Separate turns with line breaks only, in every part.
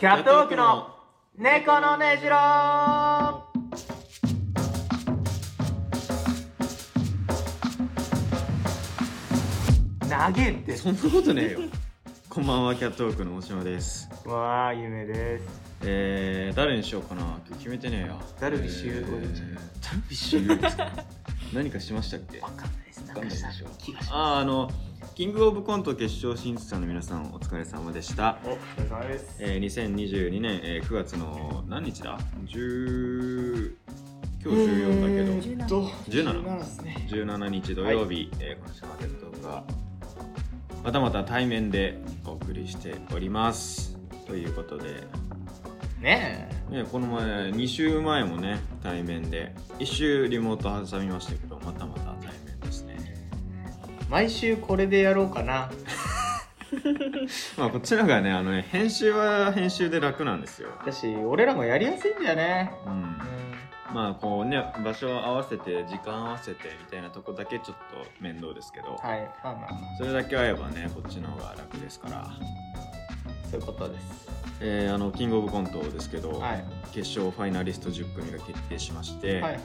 キャットウォークの猫のねじろ投げって
そんなことねえよこんばんはキャットウォークの大島です
わあ夢です
えー、誰にしようかな今日決めてねえや
ダルビッシュ
えー
おじいちゃん
ダルビッシュ有ですか何かしましたっけ
かんないです
なんかした気
が
あーあのキングオブコント決勝進出者の皆さんお疲れ様でした
お疲れ様です
えー、2022年、えー、9月の何日だ ?10 今日14だけど、
だけど
17
17ですね
17日土曜日、えーこの島マーケットがまたまた対面でお送りしておりますということで、
ね
ね、この前2週前もね対面で1週リモート挟みましたけどまたまた対面ですね
え毎週これでやろうかな
まあこっちらがねあのね編集は編集で楽なんですよ
だし俺らもやりやすいんだよね
うんまあこうね場所を合わせて時間合わせてみたいなとこだけちょっと面倒ですけ
は
ど
いまあまあ
それだけ合えばねこっちの方が楽ですから、
そういうことです
えーあのキングオブコントですけど、
はい
決勝ファイナリスト10組が決定しまして、
はい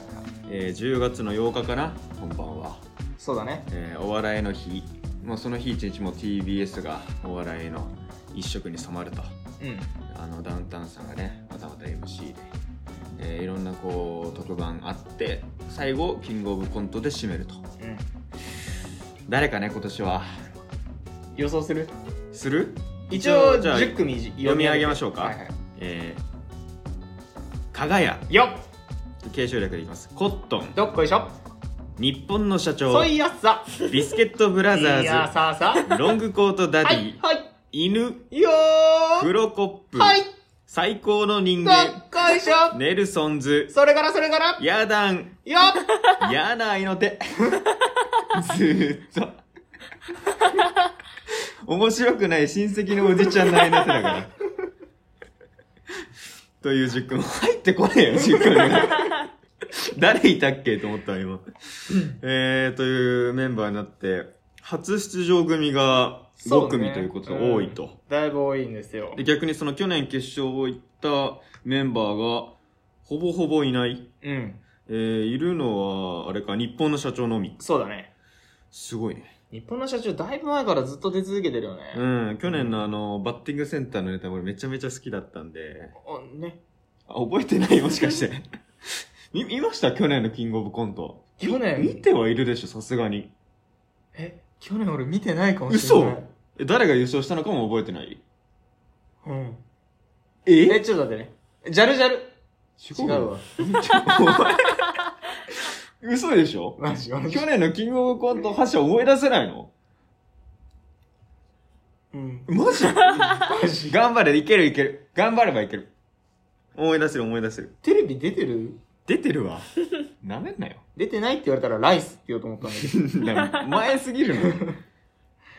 えー10月の8日かな本番は、
そうだね
えーお笑いの日もうその日一日も TBS がお笑いの一色に染まると
うん
あのダウンタウンさんがねまたまた MC で、えーいろんなこう特番あって最後キングオブコントで締めると
うん
誰かね今年は
予想する
する
一応
じゃあ
10組
読み上げましょうか
はいはい
えー、加賀屋
よっ
継承略でいきますコットン
どっこいしょ
日本の社長
そいや っさ
ビスケットブラ
い
ザ
や
ー
さあさ
ズ、ロングコートダデ
は
ィ、
いはい
犬、
いよ
クロコップ、
ーはい
最高の人
ど
間、
っこいしょ
ネルソンズ、
それからそれから
ヤダン、
よっ
ヤナイの手。ずーっと。面白くない親戚のおじちゃんの合いの手だから。という10組。入ってこねえよ、10組が。誰いたっけと思ったわ今。えー、というメンバーになって、初出場組が5組ということで多いと。
だいぶ多いんですよ
で逆にその去年決勝を行ったメンバーがほぼほぼいない。
うん
えー、いるのは、あれか、日本の社長のみ。
そうだね
すごいね。
日本の社長だいぶ前からずっと出続けてるよね
うん、去年のあの、バッティングセンターのネタ俺めちゃめちゃ好きだったんで、
おね
あ、覚えてないもしか して。み、見ました去年のキングオブコント。
去年
見てはいるでしょ、さすがに。
え去年俺見てないかもしれない
え誰が優勝したのかも覚えてない
嘘うん
え
えちょっと待ってねジャルジャル違
違
うわ。
お前嘘でし ょ
マジマジ
去年のキングオブコント覇者思い出せないの
うん
マジ
マジ
頑張れ、いけるいける。頑張ればいける。思い出せる思い出せる。
テレビ出てる
出てるわ。なめんなよ。
出てないって言われたらライスって言おうと思ったんだけど
だから 前すぎるのよ。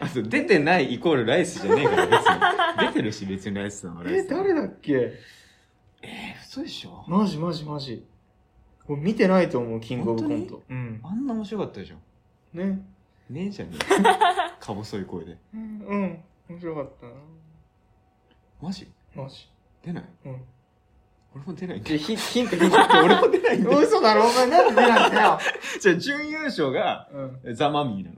あそう出てないイコールライスじゃねえから別に。出てるし別にライスなのライ
え
ス。
誰だっけ
えー、嘘でしょ
マジマジマジ俺見てないと思うキングオブコントうん
あんな面白かったじゃん。
ね
ねえじゃ ねえ。か細い声で。
うんうん面白かったな
マジ
マジ
出ない
うん
俺も出ないんだ
じゃ
よ。
あヒヒントヒン
俺も出ないんだ
ト
よ。
嘘だろお前なんで出ないんだよ、
じゃあ準優勝が
うん、
ザ・マミィなの。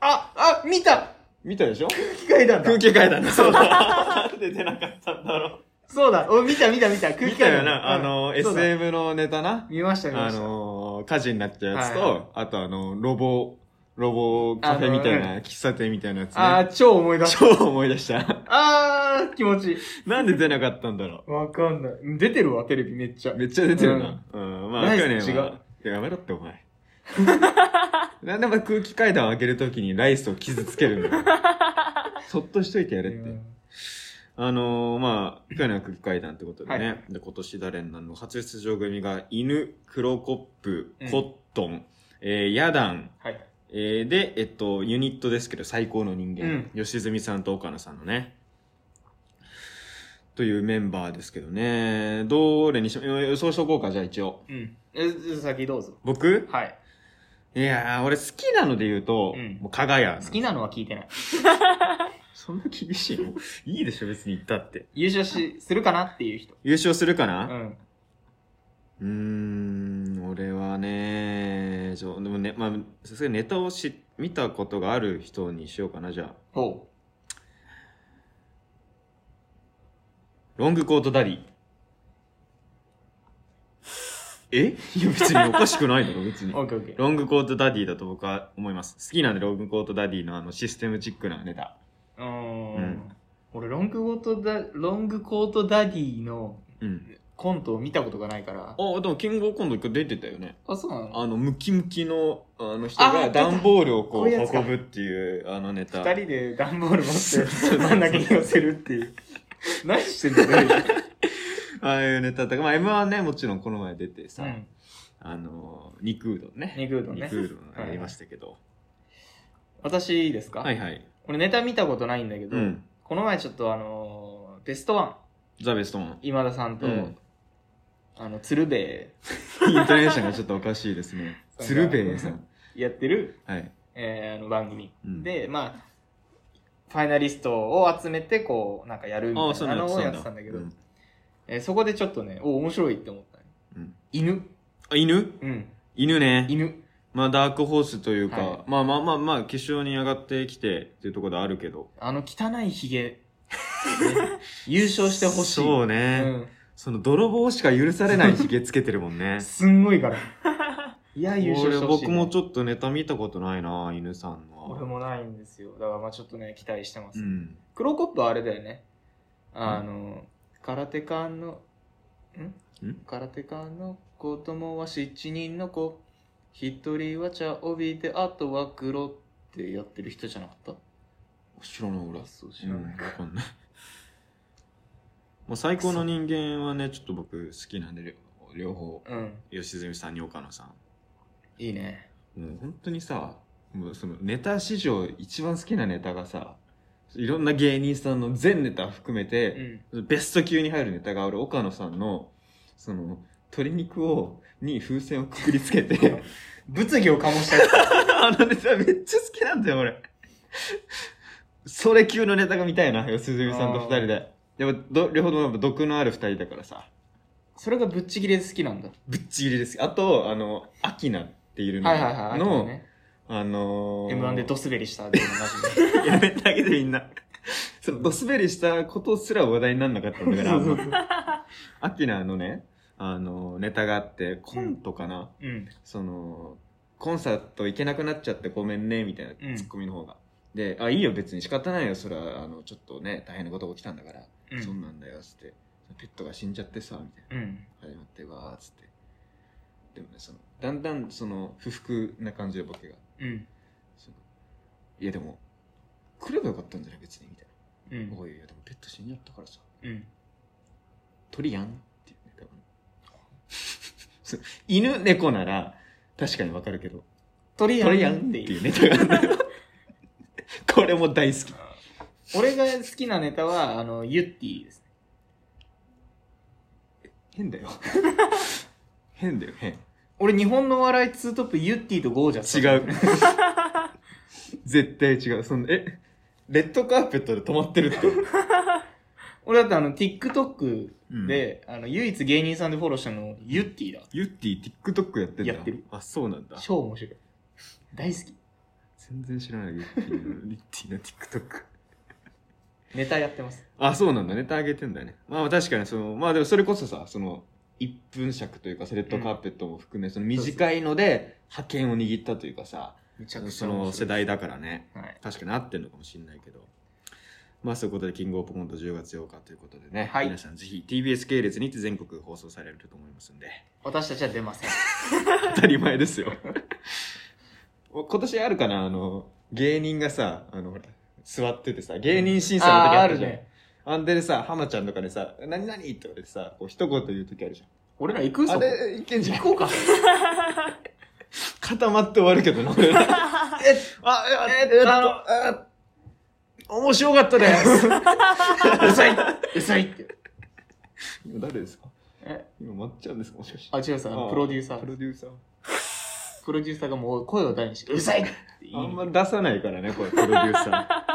ああ見た
見たでしょ
機械だ
空気階段だ。そうだ。なん で出なかったんだろう。
そうだ俺見た見た見た空
見
気
た
階
よ
段
な、あの、
うんそうだ
SM のネタな。
見ました見ま
あ
した
のー、火事になったやつと、
はいはい
あとあの、ロボ、ロボカフェみたいな、喫茶店みたいなやつ
あー
ね。
超思い出した
超思い出した。
あー気持ちいい
なんで出なかったんだろ
わかんない出てるわテレビめっちゃ
う。めっちゃ出てるな。うん、ま
ナ
あ、
イ
去
ス
年は。いややめろって、お前。 なんでお前空気階段を開けるときにライスを傷つける んだよ。そっとしといてやれっ
う
て。
ん
あのー、まあ、去年は空気階段ってことでね。
はい
で、今年誰になるの初出場組が、犬、クロコップ
うん、
コットン、えー、ヤダン、
はい
えーで、えっと、ユニットですけど、最高の人間。
う
吉住さんと岡野さんのね。というメンバーですけどね。どれにしよう、予想しとこうか、じゃあ一応。
うんえじゃあ先どうぞ
僕
はい
いやー、俺好きなので言うと、
うん
もう、かがや。
好きなのは聞いてない
そんな厳しいのいいでしょ、別に行ったって。
優勝し、するかなっていう人。
優勝するかな、
うん。
うーん、俺はね、じゃでもね、まあ、さすがにネタをし見たことがある人にしようかな、じゃあ。
ほ
ロングコートダディ。えいや、別におかしくないだろ、別
う。
に
オ。ッケーオッケー。
ロングコートダディだと僕は思います。好きなんで、ロングコートダディのあのシステムチックなネタ。
うー
うんん。
俺、ロングコートダ、ロングコートダディの
うん。
コントを見たことがないから。
あ、でも、キングオブコント一回出てたよね。
あ、そうなの
あの、ムキムキの、あの人
あ
が
出た
段ボールをこ
こ
う
ういうやつか
運ぶっていう、あのネタ。
二人で段ボール持
そう
って真ん中に寄せるって いう。何してんのどういう
ああいうネタとか、まあ、M1 はね、もちろんこの前出てさ、
うん
あの、肉うどんね。
肉うどんね
肉うどんやりましたけど。
私いいですか、
はいはい。
俺ネタ見たことないんだけど、
うん。
この前ちょっとあのーベストワン、
ザ・ベストマン。
今田さんと、
うん
あの、鶴瓶。
イントネーションがちょっとおかしいですね鶴瓶さん。
やってる、
はい。
えーあの番組、
うん
で、まあ、ファイナリストを集めて、こう、なんかやるみたいなのをやってたんだけど、
う
えーそこでちょっとね、お、面白いって思った、ね
うん
犬。
あ犬
うん。
犬ね。
犬。
まあ、ダークホースというか、
はい
まあまあまあまあ、決勝に上がってきてっていうところであるけど。
あの汚いヒゲ、ね優勝してほしい。
そうね。その、泥棒しか許されないヒゲつけてるもん
う
ね
ん。。すんご いから。いや、優勝し
俺
てほしい、
僕も
ょっ
ちょっとネタ見たことないな、犬さんのは。
俺もないんですよ。だからまあちょっとね、期待してます。
うん。
クロコップはあれだよね。あの、空手家の、ん
ん
空手家の子供は七人の子。一人は茶帯で、あとは黒ってやってる人じゃなかった
知らない、俺。
そう、知
うん、
ら
わ
ない。
かんない。 もう最高の人間はね、ちょっと僕好きなんで、両両方。
うん。
吉住さんに岡野さん。
いいね。
もう本当にさ、もうそのネタ史上一番好きなネタがさ、いろんな芸人さんの全ネタ含め
う
て、
ん。
ベスト級に入るネタが俺、岡野さんの、その、鶏肉を、に風船をくくりつけて、
物議を醸したい。
あのネタめっちゃ好きなんだよ、俺。それ級のネタが見たいな、良純さんと二人で。でも、ど両方ともやっぱ毒のある二人だからさ、
それがぶっちぎりで好きなんだ。
ぶっちぎりです。あと、あの、アキナっていうの、
はいはいはい。
の
ね、
あのー、
M1 でドスベリしたでも同じで。
やめてあげてみんな。そのドスベリしたことすら話題にならなかったんだから、あんまアキナのね、あの、ネタがあって、コントかな、
うん。
その、コンサート行けなくなっちゃってごめんね、みたいな
うん
ツッコミの方が。で、あ、いいよ、別に仕方ないよ、それは、あの、ちょっとね、大変なことが起きたんだから、
うん。
そんなんだよ、つって。ペットが死んじゃってさ、みたいな。
うん。
始まって、わー、つって。でもね、その、だんだん、その、不服な感じでボケが。
うん。
そのいや、でも、来ればよかったんじゃない、別に、みたいな。
うん。
おいいやでもペット死んじゃったからさ
うん。
鳥やんっていうね多分 そう犬猫なら確かにわかるけど
鳥やん
鳥やんっ
って
て
い
いうう。ネタがあるんだよ これも大好き
俺が好きなネタは、あの、ユッティですね。
変 だよ変だよ変
俺、日本のお笑いツートップ、ユッティとゴージャス。
違う。 絶対違うそのえレッドカーペットで止まってるって、
俺だってあの、TikTok
うん、
で、あの、唯一芸人さんでフォローしたの、ユッティだ。
ユッティ TikTok やってんだ
やってる
あそうなんだ
超面白い。大好き。
全然知らないユッティのユッティの TikTok
ネタやってます。
あ、そうなんだ。ネタ上げてんだね。まあ確かに、その、まあでもそれこそさ、その、1分尺というか、セレッドカーペットも含め、その短いので、覇権を握ったというかさ、
めちゃくち
そ
ゃ面白
の
い。
世代だからね。
はい。
確かに合ってるのかもしれないけど。まあそういうことで、キングオブコント10月8日ということでね。
はい
皆さんぜひ TBS 系列にて全国放送されると思いますんで。
私たちは出ません。
当たり前ですよ。 今年あるかなあの、芸人がさ、あの、ほら座っててさ、芸人審査の時
あー
あ
あ
った
る
じゃん。
ね。
あんでさ、浜ちゃんとかでさ、何々って言われてさ、こう一言言う時あるじ
俺ら行く
ゃん。あ
ぞ。
れ、いけんじゃ
行
ん。
こうか。
固まって終わるけどな、 俺ら。
え
あ、 え、
え
え、あの、あ面白かっ たです。
うさい。うさいって。
今誰ですか
え
今、まっちゃんですかもしかして。
あ、違うさ、
あ
プロデューサ
プ
ー。
ロデューサー。
プロデューサーがもう声を大にして、うるさいって言い
あん
に
ま出さないからね、これ、プロデューサー。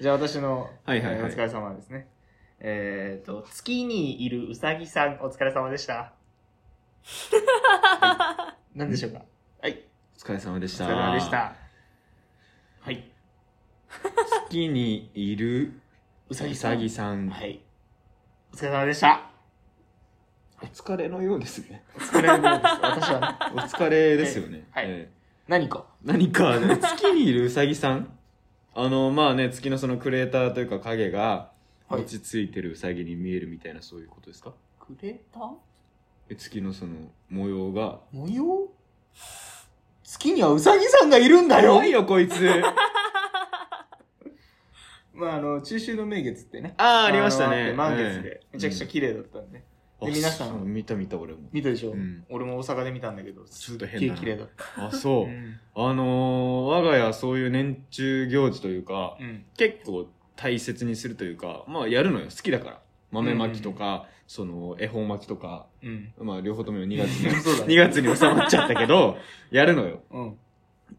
じゃあ私の、
はいはいはい
えーお疲れ様ですね。えっ、と、月にいるうさぎさん、お疲れ様で した。何でしょうかはい。
お疲れ様でし
お
た。
疲れ様でし。た。はい。
月にいる
う
う
さぎさん。
さぎさん。
はい。お疲れ様でした。
お疲れのようですね。
お疲れ様です。私は ね、
お疲れですよね。
はい
え
何か。
え何か、ね、月にいるうさぎさんあの、まあね、月のそのクレーターというか影が、
はい
落ち着いてるうさぎに見えるみたいな、そういうことですか
くれた
え月のその模様が。
模様月にはうさぎさんがいるんだよ
怖いよ、こいつ。
まあ、あの、中秋の名月ってね。
ああ、ありましたね。
のあって満月
え
で。めちゃくちゃ綺麗だったんで。
え。
で
あ
皆さん
そう見た見た、俺も。
見たでしょ、
うん
俺も大阪で見たんだけど、
ち
す
ょっと
っ
変
げえ
な
綺麗だった。
あ、そうう。
ん。
あのー、我が家はそういう年中行事というか、
うん。
結構大切にするというか、まあやるのよ。好きだから。豆まきとか、その、恵方巻きとか、
うん。、
まあ両方とも2月に
そうだね
2月に収まっちゃったけど、やるのよ。
うん。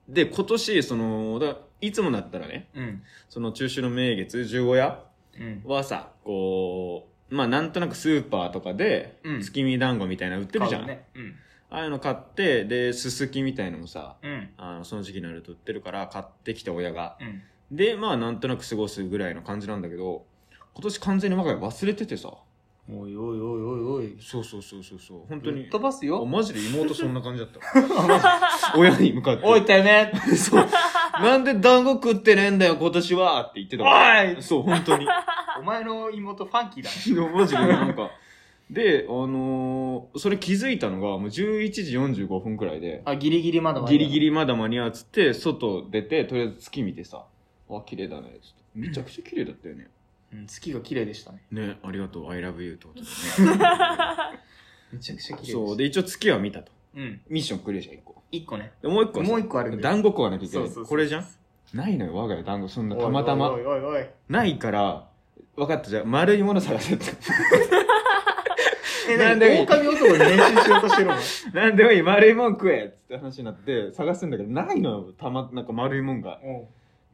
で、今年、その、だいつもだったらね、
うん。
その中秋の名月、十五夜
うん。
はさ、こう、まあなんとなくスーパーとかで
う、ん
月見団子みたいなの売ってるじゃん。
買うね。うん。
ああいうの買って、で、すすきみたいのもさ、
うん。
あの、その時期になると売ってるから買ってきて親が。
うん。
で、まあなんとなく過ごすぐらいの感じなんだけど、今年完全に我が家忘れててさ。
おいおいおいおいおい。
そうそうそうそうそう。本当
ぶっ
に。
飛ばす
あ、
よ。
マジで妹そんな感じだ った。 親に向かって。
おい、てめえ
そう。なんで団子食ってねえんだよ、今年はって言ってたから
おい
そう、本当に。
お前の妹ファンキーだね。
いやマジでなんか。で、あのーそれ気づいたのが、もう11時45分くらいで、
あ、ギリギリまだまだ。
ギリ
リ。
ギリまだ間に合うっつって、外出て、とりあえず月見てさ、わ、綺麗だね、つって。めちゃくちゃ綺麗だったよね。
うん、月が綺麗でしたね。
ね、ありがとう、I love you ってこと だね。
めちゃくちゃ綺麗
そう、
でし
で、一応月は見たと。
た。うん。
ミッションクリアじゃん、一個。
一個ね。
で、もう一個はさ
もう一個あるんだよ
団子食わなきゃいけな
そうそうそ
い。
う
これじゃんないのよ、我が家団子、そんな、たまたま
おい。おいおいおい。
ないから、分かった、じゃあ、丸いもの探せって。
え、な
なんん
で
で
狼男に練習しようとしてるの
なんでもいい、丸いもん食えっつって話になって、探すんだけど、ないのよ、たま、なんか丸いもんが。
うん。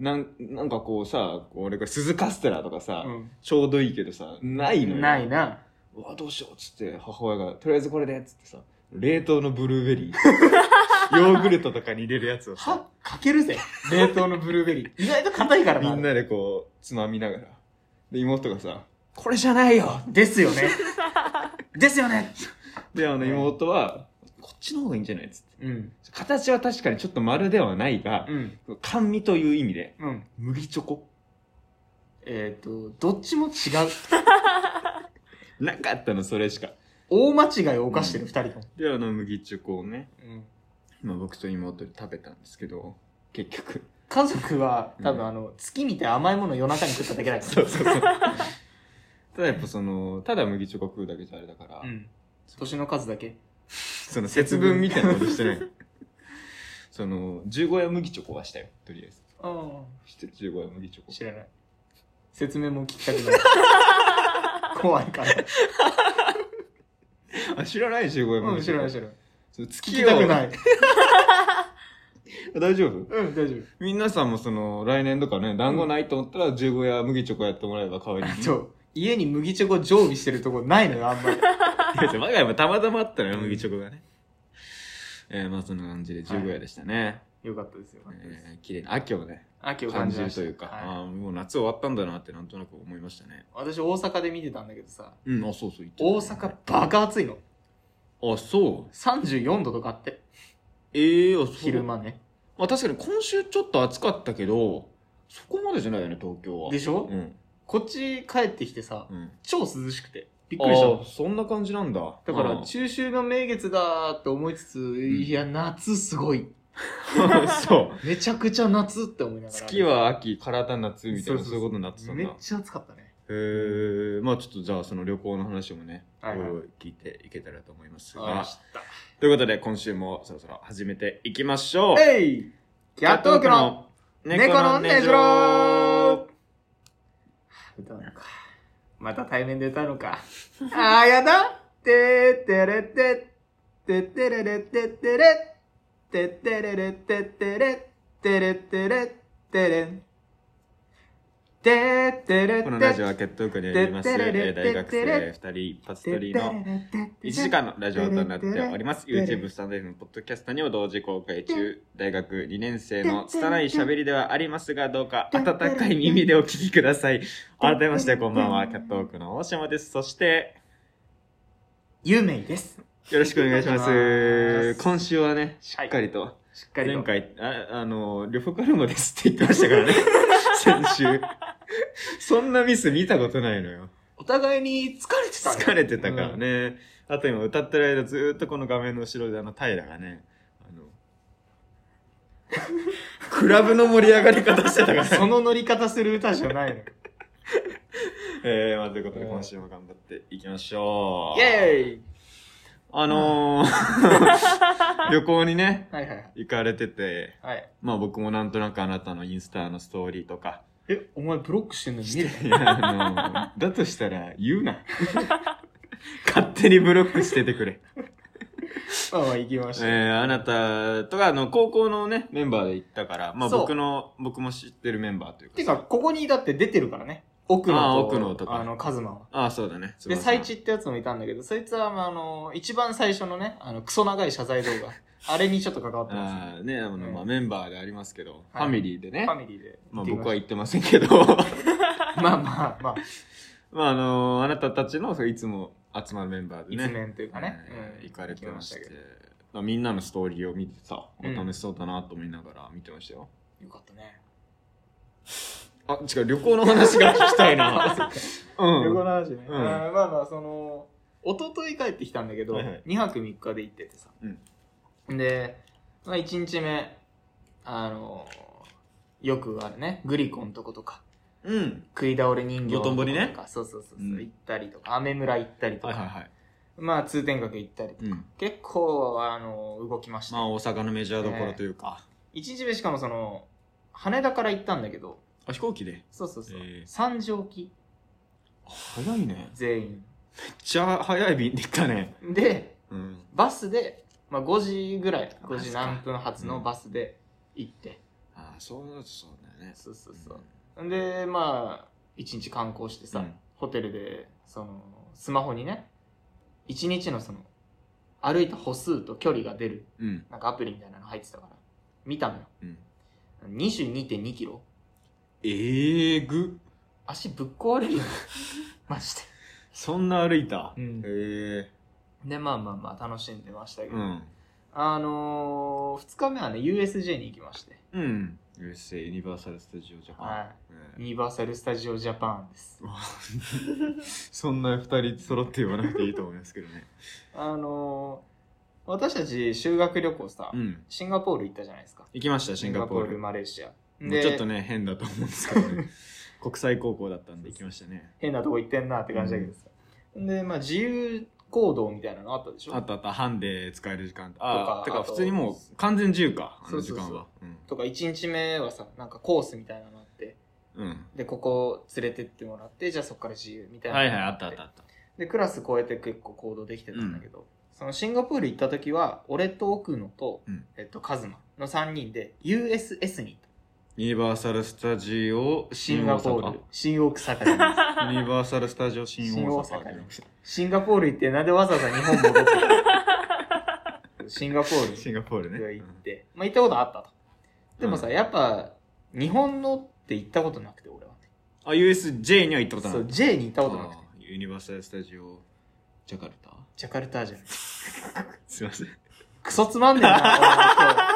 なん、なんかこうさ、こう俺が鈴カステラとかさ、
うん
ちょうどいいけどさ、ないのよ。
ないな。
うわ、どうしようっつって、母親が、とりあえずこれでっつってさ、冷凍のブルーベリー。 ヨーグルトとかに入れるやつをさ
は、かけるぜ。冷凍のブルーベリー。意外と硬 いから
み
な。
んなでこう、つまみながら。で、妹がさ、これじゃないよ
です よね。ですよね。
で、あの妹は、こっちの方がいいんじゃないっつって。
うん。
形は確かにちょっと丸ではないが、
うん。
甘味という意味で、
うん。
麦チョコ
えっ、と、どっちも違う。
なかったの、それしか。
大間違いを犯してる二人かも。
で、あの麦チョコをね、
うん。
まあ僕と妹で食べたんですけど、結局。
家族は、多
う
分
ん
あの、月見て甘いものを夜中に食っただけだか
そうそうそう。ただやっぱその、ただ麦チョコ食うだけじゃあれだから、
ら。うん。年の数だけ。
その節分みたいなことしてない。 その、十五夜麦チョコはしたよ、とりあえず。
あ
知ってる十五夜麦チョ
あ
コ。
知らない。説明も聞きたく ない。怖いから。
あ、知らない十五夜
うん、
麦チ
知
ョ
ら
コ。
ない、知らない。
そう月
聞きたく
い。
ない。
大丈夫
うん、大丈夫。
皆さんもその、来年とかね、団子ないと思ったら、十五夜麦チョコやってもらえば可愛い、
あと、家に麦チョコ常備してるとこないのよ、あんま り。
いや、我が家もたまたまあったのよ、麦チョコがね。えー、まあそんな感じで15夜でしたね。
よかったですよ。
えー、綺麗な秋をね、
秋を感
感
じ
じ
ま
る
した
というか、
は
あーもう夏終わったんだなってなんとなく思いましたね。
私大阪で見てたんだけどさ、
うん、あ、そうそう、言ってた
大阪バカ暑いの。
あ、そう。
34度とかあって、
ええあ、そう。
昼。間ね。
まあ確かに今週ちょっと暑かったけど、そこまでじゃないよね、東京は。
でしょ
うん。
こっち帰ってきてさ、
うん。
超涼しくて、びっ
あ
くりしたの
ーそんな感じなんだ。
だから、
あー
中秋の名月だーって思いつつ、いや、夏すごい。
そう。
めちゃくちゃ夏って思いながら。
月は秋、体夏みたいな、
そうそうそう
そういうことになってたんだ。
めっちゃ暑かったね。
えー、まあちょっとじゃあその旅行の話もね、
はいはい
こう聞いていけたらと思います
あ
が
り。た。
ということで今週もそろそろ始めていきましょう
えいキャットウォークの
猫のねじろー
歌うのか。また対面で歌うのか。ああ、やだてーてれて、てってれれてってれ、てってれれてってれ、てれってれってれん。てってれって
このラジオは決闘区にあります、えー大学生二人一発撮りの1時間のラジオとなっております。YouTube スタンド F のポッドキャストにも同時公開中。大学2年生の拙い喋りではありますが、どうか温かい耳でお聞きください。改めまして、こんばんは。キャットウォークの大島です。そして、
ゆうめいです。
よろしくお願いしま
お願いし。ま
す
す
今週はね、しっかりと。
しっかりと。
前回、あ、あの、呂布カルマですって言ってましたからね。先週。そんなミス見たことないのよ。
お互いに疲れてた、ね。
疲れてたからね。あと今歌ってる間ずーっとこの画面の後ろであの平がね、あ の、クラブの盛り上がり方してたか
う
ら
ん。その乗り方する歌じゃないの。
えー、まあということで
うん
今週も頑張っていきましょう。
イェーイ
あの ー旅行にね、
はいはいはい
行かれてて、
はい。
まあ僕もなんとなくあなたのインスタのストーリーとか、
え、お前ブロックしてんのに見る
いや、あの、だとしたら言うな。 勝手にブロックしててくれ。
まあまあ行きま
え
した。
ー、あなたとか、あの、高校のね、メンバーで行ったから、まあ
そう
僕の、僕も知ってるメンバーというか。
てか、ここにだって出てるからね。奥野と、
ああ奥野とか
あの、カズマは。
ああ、そうだね。
で、
つばさん
最地ってやつもいたんだけど、そいつは、まあ、あの、一番最初のね、あの、クソ長い謝罪動画。 あれにちょっと関わってます、
ああ、ね、あの、
うん
まあメンバーでありますけど、
はい
ファミリーでね
フ。ァミリーで。
まあ僕は
行っ
行ってませんけど、
てきましたまあまあまあ、
まああの、あなたたちの、そういつも集まるメンバーで
一
ね。
面というかね。
えー
うん
行かれてまして
行き。
まあみんなのストーリーを見てさ、
うん
楽しそうだなと思いながら見てましたよ。
よかったね。
あ、違う、旅行の話が聞きたいな。 う
旅行
ん。
の話ね。
うん
あーまあまあ、その、一昨日帰ってきたんだけど、
はいはい
2泊3日で行っててさ。で、まあ、1日目、あのーよくあるね、グリコんとことか、
うん。
食い倒れ人形のとこと
道頓堀ね
か、そうそうそうそう、
うん
行ったりとか、雨村行ったりとか、
はいはいはい。
まあ通天閣行ったりとか、
うん。
結構、あのー動きました
ま
ね。
あ、大阪のメジャーどころというか。
1日目しかもその、羽田から行ったんだけど、
あ、飛行機で。
そうそうそう、
えー
三条機
早いね。めっ
全員。
ちゃ早い便で行ったね。
で、
うん。
バスで、まあ、5時ぐらい
あ
5時何分発のバスで行って、
あ、そう、そうだよね。
そうそうそうでまあ一日観光してさ、
うん
ホテルでそのスマホにね一日のその歩いた歩数と距離が出る
うん。
なんかアプリみたいなの入ってたから見たのよ
うん。
2 2 2キロ
ええぐ。
足ぶっ壊れるよ ねマジで
そんな歩いた。
うん
え
でまあまあまあ楽しんでました
え
けど、
うん。
あのー、2日目はね USJ に行きまして
うん。USA ユニバーサル・スタジオ・ジャパン。
はい
え
ユ
ー
ニバーサル・スタジオ・ジャパンです
そんな二人揃って言わなくていいと思いますけどね。
あのー私たち修学旅行さ、
うん。
シンガポール行ったじゃないですか。
行きました、シンガポール。
マレーシア。
もうちょっとね、変だと思うんですけど ね。国際高校だったんで行きましたね。
変なとこ行ってんなって感じだけどさ。で、まあ自由行動みたいなのあったでしょ
あったあった、ハンデ使える時間。あ
と
あ、て
か
か普通にもう完全自由か、あの時間
そう
は
そ。とか1日目はさ、なんかコースみたいなのあって、
うん。うん
で、ここ連れてってもらって、じゃあそこから自由みたいな。
はいはい、あったあったあった。
で、クラス超えて結構行動できてたんだけど、そのシンガポール行った時は、俺と奥野と、
うん
えっと、カズマの3人で USS に行った。
ユニバーサル・スタジオ、
シン
新
ガ
大
ポール
阪。。
新大阪じゃないです
ユニバーサル・スタジオ、新大
新大
阪
阪ね。シンガポール行って、なんでわざわざ日本戻ってきたシンガポ
シ
ー
ンガポールね。
ル行って、まあ行ったことあったと。でもさ、
う
やっぱ、日本のって行ったことなくて、俺は。
あ、USJ には行ったことな
そ、。
いう
J に行ったことなく
あ
て。
ーユニバーサル・スタジオ、ジャカルタ
ジャカルタじゃん。
すいません。
クソつまんねえな、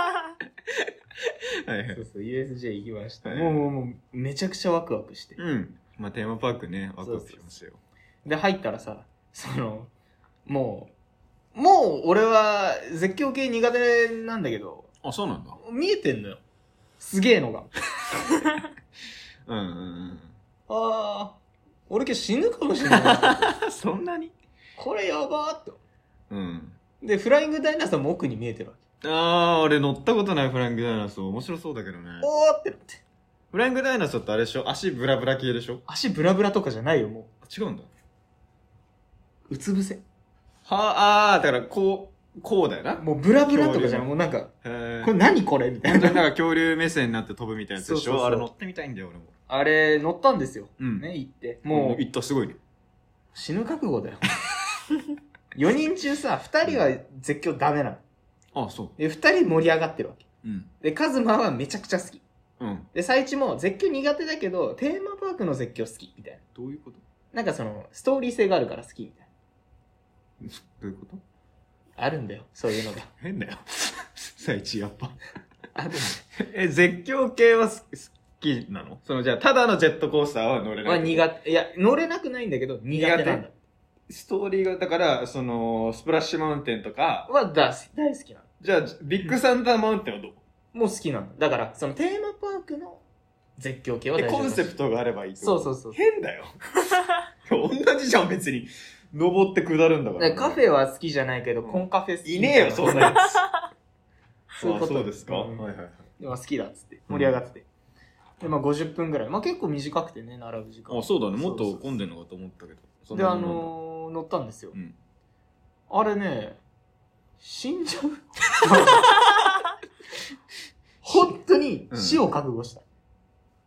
はいは
俺
い
今日。そうそう、USJ 行きました。
はい
もうもうもう、めちゃくちゃワクワクして。
うん。まあ、テーマパークね、ワクワクしますよ。
で、入ったらさ、その、もう、もう俺は絶叫系苦手なんだけど、
あ、そうなんだ。
見えてんのよ。すげえのが。
うんうん
ああ、俺今日死ぬかもしれない。
うん。 そんなに
これやばーって。
うん。
で、フライングダイナソーも奥に見えてるわけ。
あー、俺乗ったことないフライングダイナソー。面白そうだけどね。
おーってなって。
フライングダイナソーってあれでしょ足ブラブラ系でしょ
足ブラブラとかじゃないよ、も
あ違うんだ。
う。うつ伏せ。
はあー、だからこう、こうだよな。
もうブラブラとかじゃん。もうなんか、
へ
これ
ー
何これみたい
本当
な。
になんか恐竜目線になって飛ぶみたいなやつでし
そうそうそ
ょ
う
あれ乗ってみたいんだよ、俺も。
あれ、乗ったんですよ。
うん
ね、行って。
も
も
う、
う、
行った、すごいね。
死ぬ覚悟だ よ。4人中さ、2人は絶叫ダメなの。
あ、そ
で、2人盛り上がってるわけ。
う。うん。
で、カズマはめちゃくちゃ好き。
うん。
で、最一も絶叫苦手だけど、テーマパークの絶叫好き、みたいな。
どういうこと
なんかその、ストーリー性があるから好き、みたい
どういうこと
な。あるんだよ、そういうのが。
変だよ。 最地やっぱ。
あるんだよ。
え、絶叫系は好きなのそのじゃあ、ただのジェットコースターは乗れな
は
い。
苦手。いや、乗れなくないんだけど、苦手なんだ。
ストーリーが、だから、その、スプラッシュマウンテンとか、
は大好き大好きなの。
じゃあ、ビッグサンダーマウンテンはどう
もう好きなの。だから、そのテーマパークの絶叫系は大
え、
丈夫。
コンセプトがあればいいってこ
そう
と
そうそう。
変だよ。同じじゃん、別に。登って下るんだか。
だかららカフェは好きじゃないけど、
うん
コンカフェ好き。
いねえよ、そんなや つ。
そういうこと
あそうですか、
うん
はいはいはい。
でも好きだっつって、盛り上がってて。で、まあ50分ぐらい。まあ結構短くてね、並ぶ時間。
あ、そうだね。も
そ
っ
うそ
と
う
混んでんのかと思ったけど。そん
で、
な
あ
もんなんだ
のー、乗ったんですよ
う。ん。
あれね、死ん じゃう本当に死を覚悟した。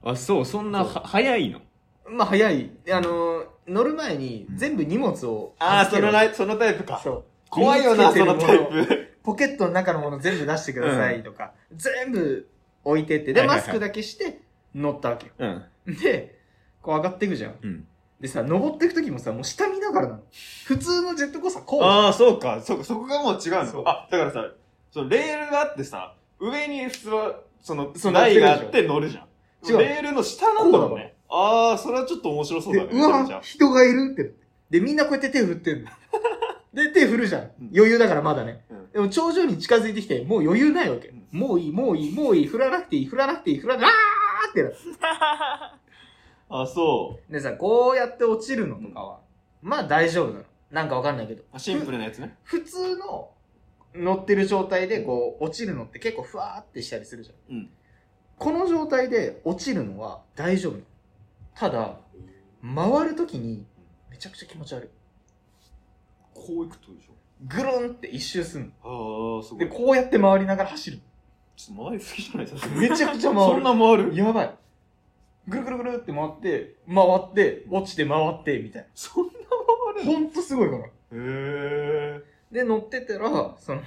あ、そう、そんな、
そ
は早いの。
まあ早い。であのー、乗る前に全部荷物を。
ああ、
預
そ
けろ
のな、そのタイプか。
そう。
怖いよな、そのタイ
身につけてるもの。
プ。
ポケットの中のもの全部出してくださいとか、全部置いてって。で、
はいはい
マ
はい
スクだけして乗ったわけよ。
うん。
で、こう上がっていくじゃん。
うん。
でさ、登っていく時もさ、もう下見ながらなの。普通のジェットコースターこう。
ああ、そうか。そ、そこがもう違う
そう
の。あ、だからさ、そのレールがあってさ、上に普通は、その
そ、う
台があって乗るじゃん。
違う
レールの下なん
こう
だも
んなの
ね。ああ、それはちょっと面白そう
で
だね。
う
じゃ
わ
あ、
人がいるって。で、みんなこうやって手振ってんの。で、手振るじゃん
うん。
余裕だからまだね。
うん
でも頂上に近づいてきて、もう余裕ないわけ
うん。
もういい、もういい、もういい、振らなくていい、振らなくていい、振らなくていい、あーってなる。
あ、そう。
でさ、こうやって落ちるのとかは、まあ大丈夫なの。なんかわかんないけど。
あシンプルなやつね。
ふ普通の乗ってる状態でこう落ちるのって結構ふわーってしたりするじゃん。
うん。
この状態で落ちるのは大丈夫なの。ただ、回るときにめちゃくちゃ気持ち悪い。
こういくとでしょ。
ぐるんって一周すん
ああ、
の。
すご
で、
い。ちょ
こうやって回りながら走る。
っと回りすぎじゃないですか。
めちゃくちゃ
そ
回
ん
る。
な回る
やばい。ぐるぐるぐるって回って、回って、落ちて回って、みたい
そんな
な。ほんとすごいから。
回るへえ。
で、乗ってたら、その、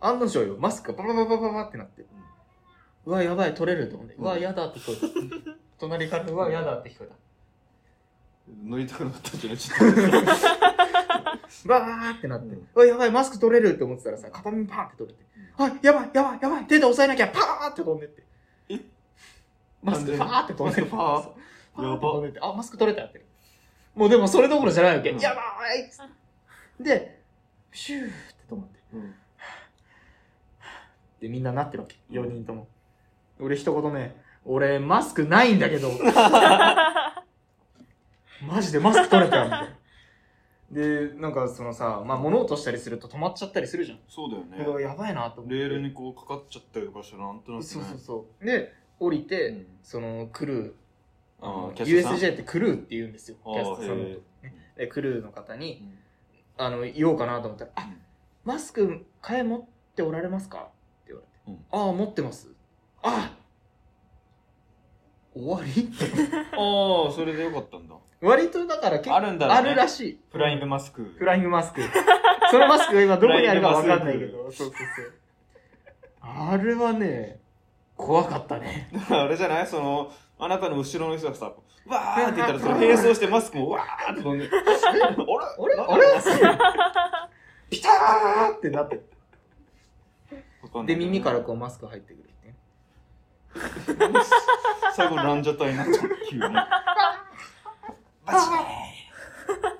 案の定よ、マスクがババババババってなって、うわ、やばい、取れると思って、うわ、やだって聞こえ た。隣から、うわ、やだって聞こえた。
乗りたくなかったんじゃないちょっと。
バーってなって、う
うん
わ、やばい、マスク取れるって思ってたらさ、片耳パーンって取れて、あ、やばい、やばい、やばい、手で押さえなきゃ、パーって飛んでって。
え
マスクパーって飛ん でって。
マス
パ
クパー
ーって飛んでって、あ、マスク取れたって。もうでもそれどころじゃないわけ。
うん
やばいっつってで、シューって止まって。
うん
ってみんななってるわけ。4人とも。俺一言目、俺マスクないんだけ ど。マジでマスク取れたよみたいな。で、なんかそのさ、まあ物落としたりすると止まっちゃったりするじゃん。
そうだよね
だ。からやばいなと思って。
レールにこうかかっちゃったりとかしたらなんとなくね。
そうそうそう。で、降りて、
うん
そのクルー、あ
あ
の
ーキャストさん
USJ ってクルーって言うんですよ。
あ
キ
ー
ャストさんの
へ
ことね。でクルーの方に、
うん
あの、言おうかなと思ったら、あ、
うん
マスク替え持っておられますかって言われて、ああ持ってますあ終わり
ああ、それでよかったんだ。
割とだから結構
あるんだろうね
あるらしい
フライングマスク。
フライングマスクそのマスクが今どこにあるか分かんないけ
フライング
どそうそうそうあれはね怖かったね
あれじゃないその、あなたの後ろの人がさ、わーって言ったら、その並走してマスクもわーって飛んで、 あれ
あれ
なん
あ
だ
れピターってなって
わか
で
んないけどね
耳からこうマスク入ってくるっていう
最後ランジャタイになっちゃう 急に。バチーン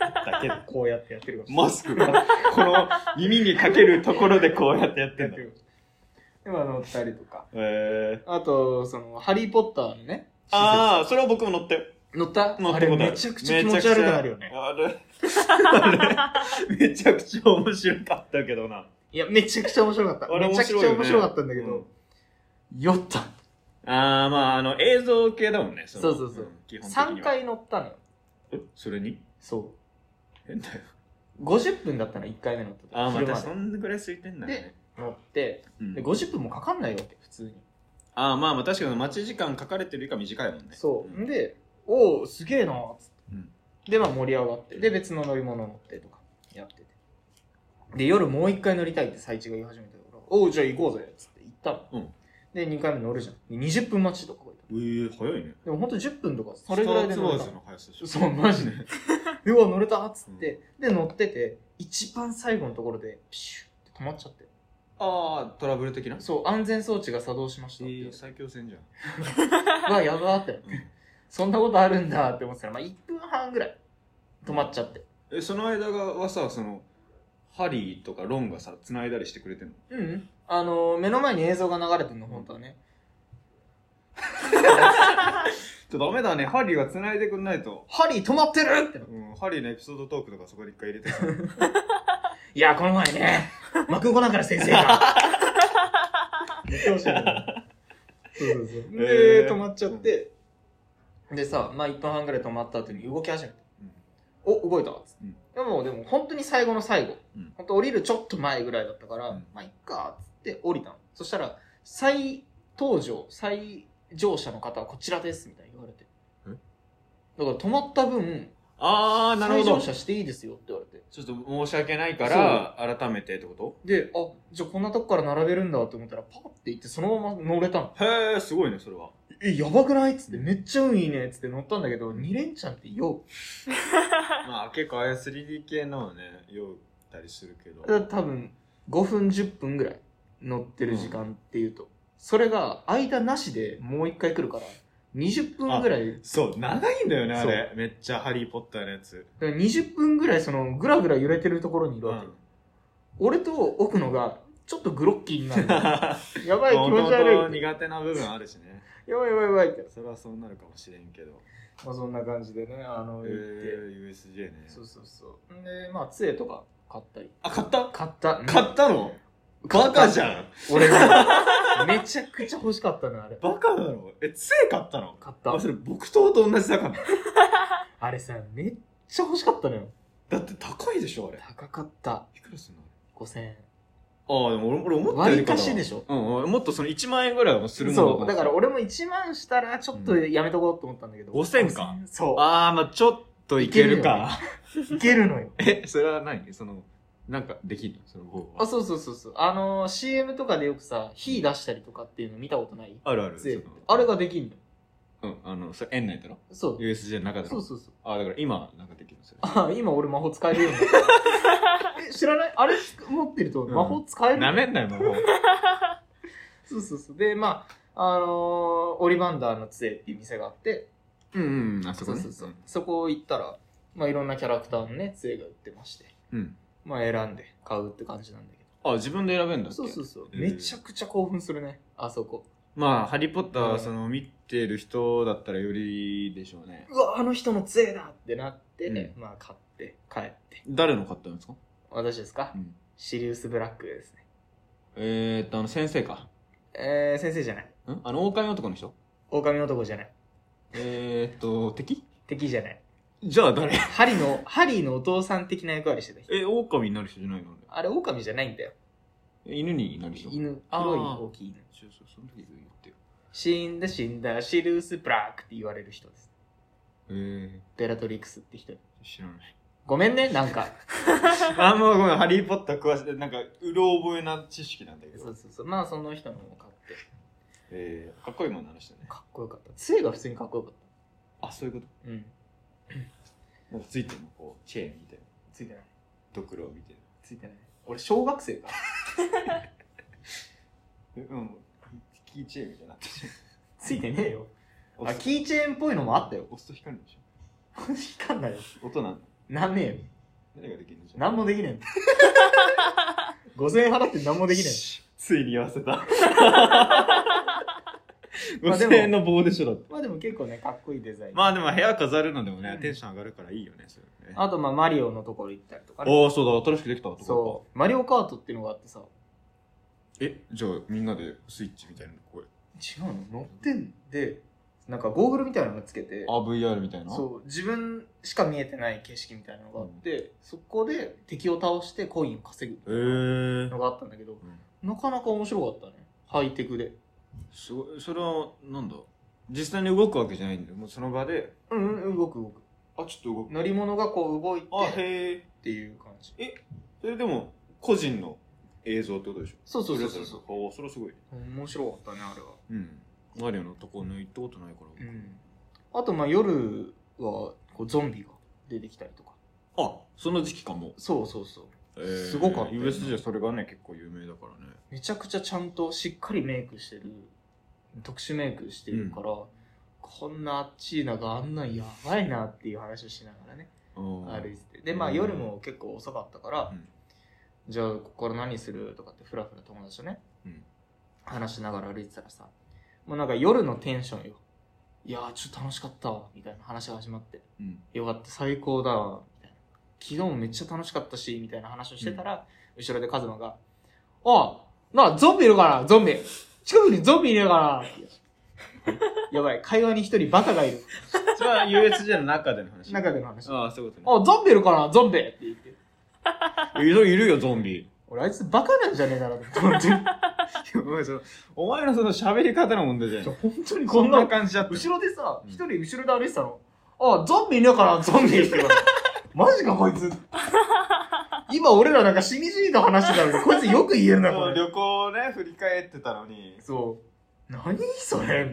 だけど、
こうやってやってるから
マスクが、この耳にかけるところでこうやってやって
やっ
ん
て
だ。
るでもあの二人とか
えー、
あとその「ハリー・ポッター」のね
ああ、それは僕も乗って
乗った
乗
あ
っ
れ
たことある。
めちゃくちゃ気持ち悪くなるよね。
あれ、あれめちゃくちゃ面白かったけどな。
いや、めちゃくちゃ面白かった。
あれ
めちゃくちゃ面白かったんだけど、酔った。
ああ、まあ、あの、映像系だもんね。の
そうそうそう。
ん基本的には
3。回乗ったのよ。
えそれに
そ
変だよ。
50分だったの、1回目の時。
あー、ま
昼
た
ま
そんぐらい空いてんだね。
で乗って、
うん
で、50分もかかんないわけ、普通に。
あー、まあまあ確かに待ち時間書かれてるよりか短いもんね。
そ
ん
う。で、おおすげえなーっつって、
うん
で、まあ盛り上がって、で、別の乗り物乗ってとか、やってて。で、夜もう一回乗りたいって最地が言い始めて、俺おうじゃあ行こうぜっつって行ったの。
うん
で、2回目乗るじゃん。で20分待ちとか書いてある
えー、早いね。
でもほんと10分とか、それぐらいで
スタ
乗
ー
れた
ツアーズ
の。
の速さでしょ。
そうマジで。 うわ、乗れたっつって、で、乗ってて、一番最後のところで、ピシュって止まっちゃって。
あー、トラブル的な
そう、安全装置が作動しました
え
って言わ
ー、
れて。
最強戦じゃん。
う わ、やばーってなって。
うん
そんなことあるんだって思ってたら、まあ1分半ぐらい止まっちゃって。
えその間がはさそのハリーとかロンがさ繋いだりしてくれてんの
うんうん。あのー、目の前に映像が流れてるの、本当はね。
ちょっとダメだねハリーが繋いでくんないと、
ハリー止まってるってな
うん、ハリーのエピソードトークとかそこで一回入 れてさ
いや、この前ね、マクゴナガラ先生が。言ってほしいなそうそうそう。
え
で、
ー
止まっちゃって、でさ、まあ1分半ぐらい止まった後に動き始めて。
うん
お、動いたっつって
うん
でも、でも本当に最後の最後
うん。
本当降りるちょっと前ぐらいだったから、
うん
まあいっかっつって降りたの。そしたら、再登場、再乗車の方はこちらです、みたいに言われて。
え
だから止まった分、
あーなるほ
再乗
ど
車していいですよって言われて。
ちょっと申し訳ないから改めてってこ
で、あ、じゃあこんなとこから並べるんだと思ったら、パッて行ってそのまま乗れたの。
とへえすごいねそ れは
え、やばくないっつって、めっちゃ運いいねっつって乗ったんだけど、2連チャンってよ、
まあ結構ああいう 3D 系なのはね酔ったりするけど
多分5分10分ぐらい乗ってる時間っていうと。それが、間なしでもう1回来るから、20分ぐらい、
そう長いんだよねあれめっちゃハリー・ポッターのやつ、
だから20分ぐらいその、ぐらぐら揺れてるところにいる
う
わけ。
ん、
俺と奥野が、ちょっとグロッキーになる。 やばい、気
もと
持ち
もと
悪い。
苦手な部分あるしね
やばいやばいやばいって。
それはそうなるかもしれんけど
まあそんな感じでね、あの、
え
言って。
ー、USJ ね
そうそうそう。んで、まあ、杖とか買ったり。
あ買った
買った。
買ったのバカじ
ゃん。
ゃん
俺ね、めちゃくちゃ欲しかったのよ、あれ。
バカだろえ、杖買ったの
買った
あ、。それ木刀と同じだから。
あれさ、めっちゃ欲しかったのよ。
だって高いでしょ、あれ。
高かった。
いくらすんの
5000円。
ああ、でも俺俺思ったより
割りかしでしょ
うん、うんもっとその1万円ぐらいはするもの
そう。だから俺も1万したら、ちょっとやめとこうと思ったんだけど。
うん5000か。
そ
ああ、まあちょっといけるか。
う。いけるのよ。
え、それは何その、なんかできるのその方
あ、
法
そうそうそうそう。あのー、CM とかでよくさ、火出したりとかっていうの見たことない
あるある。
杖って
その
あれができんのよ。
うん、あの、それ園内だろ
そう。
?USJ の中だ
そ
ろ
うそうそう。
ああ、だから今、なんかできるのそれ。
あ、今俺魔法使え るようになった。え、知らないあれ持ってると
うん
魔法使える、
なめんなよ、魔法。
そうそうそう。で、まあ、あのーオリバンダーの杖っていう店があって、
うんうん、あそ
そ
こ
う
ね。
そうそう。そこ行ったら、まあいろんなキャラクターのね、杖が売ってまして、
うん。
まあ選んで買うって感じなんだけ
あ、自分で選べん
ど。
だっけ
そうそうそう。
えー
めちゃくちゃ興奮するね、あそこ。
まあ、ハリー・ポッター
う
は
ん
その見てる人だったらよりでしょうね。
うわ、あの人の杖だってなって、
う
まあ買って、帰って。
誰の買ったんですか、
私ですか、
うん、
シリウス・ブラックですね。
えー、っと、あの先生か。
えー、先生じゃない。
んあの狼男の人
狼男じゃない。
えー、っと、敵
敵じゃない。
じゃあ誰
ハリ の、ハリーのお父さん的な役割してた人。
え、狼になる人じゃないの
あれ、狼じゃないんだよ。
え犬になる人。
犬、
あー
黒い大きい犬。
そうそうその時言ってよ。
死んだ死んだ、シルース・ブラックって言われる人です。
え
ベラトリックスって人。
ー、知らない。
ごめんね、なん か。
あ、もうごめん、ハリー・ポッター詳しい。なんか、うろ覚えな知識なんだけ
そ
ど。
うそうそう。まあ、その人のも買って。
えー、かっこいいもんなの人ね。
かっこよかった。杖が普通にかっこよかっ
あ、そういうこと
た。うん。
なんかついてるのこう、チェーンみたいな。
ついてない。
ドクロみたいな。
ついてない。俺、小学生か。
えうん。キーチェーンみたいになってる
ついてねえよ。あ、
押す
キーチェーンっぽいのもあったよ。
押すと光るんでし
引かんないよ。
ょ音なん
なんねえよ。
何ができるんじゃん
なんもでき ねえの。5000円払ってなんもできね
しついに言わせ た
まあでも
5000円の棒でしょだって
えの。まあでも結構ね、かっこいいデザイン。
まあでも部屋飾るのでもね、
うん
テンション上がるからいいよねそれね
あと、まあ、マリオのところ行ったりとかね。
ああそうだ新しくできたとこ
そう。マリオカートっていうのがあってさ、
えじゃあみんなでスイッチみたいなのこれ
違うの乗ってんで、なんかゴーグルみたいなのつけて、
あ、VR みたいな。
そう、自分しか見えてない景色みたいなのがあって、そこで敵を倒してコインを稼
え
ぐ
ー
の。があったんだけど、
うん
なかなか面白かったね。ハイテクで。
すごい、それは、なんだ実際に動くわけじゃないんだよ。もうその場で、
うん、うん、動く動く。
あ、ちょっと動く。
乗り物がこう動い
あ、
てっ
へえ。
ていう感じ。
それでも、個人の映像ってことでしょ
そうそうそうそう
れぞれのあ、それはすごい。
面白かったね、あれは。
うん。マリオのとこね、行ったことないか
う
ら。
ん。あと、まあ夜はこうゾンビが出てきたりとか。
あ、その時期かも。
そうそうそう。
えー
すごかったよね
USJ それがね、結構有名だからね。
めちゃくちゃちゃんとしっかりメイクしてる特殊メイクしてるから、こんなあっちいながあんなんやばいなっていう話をしながらね
うん
歩いててでまあ
うん
夜も結構遅かったから、
うん
じゃあここから何するとかってフラフラ友達とね、
うん
話しながら歩いてたらさもうなんか夜のテンションよいやーちょっと楽しかったわみたいな話が始まって
うん。
よかった最高だわみたいな昨日もめっちゃ楽しかったしみたいな話をしてたら、後ろでカズマが「おいなあゾンビいるからゾンビ近くにゾンビいるから」って言うやばい会話に一人バカがいる
それは USJ の中での話。
中での話「
ああ、そういうことね。
おゾンビいるからゾンビ」って言って
いるいるよ、ゾンビ。
俺あいつバカなんじゃねえだろって 思って
お前その お前のその喋り方の問題じゃ ん。
本当に
こ
こ
ん
ん
な
な
感じだった。
後ろでさ
うん
一人後ろで歩いてたの「あゾンビいねえからゾンビ」って言われてマジかこいつ今俺らなんかしみじみと話してたのにこいつよく言えるなこ
そう
れ
旅行をね、振り返ってたの に。
そう。何それ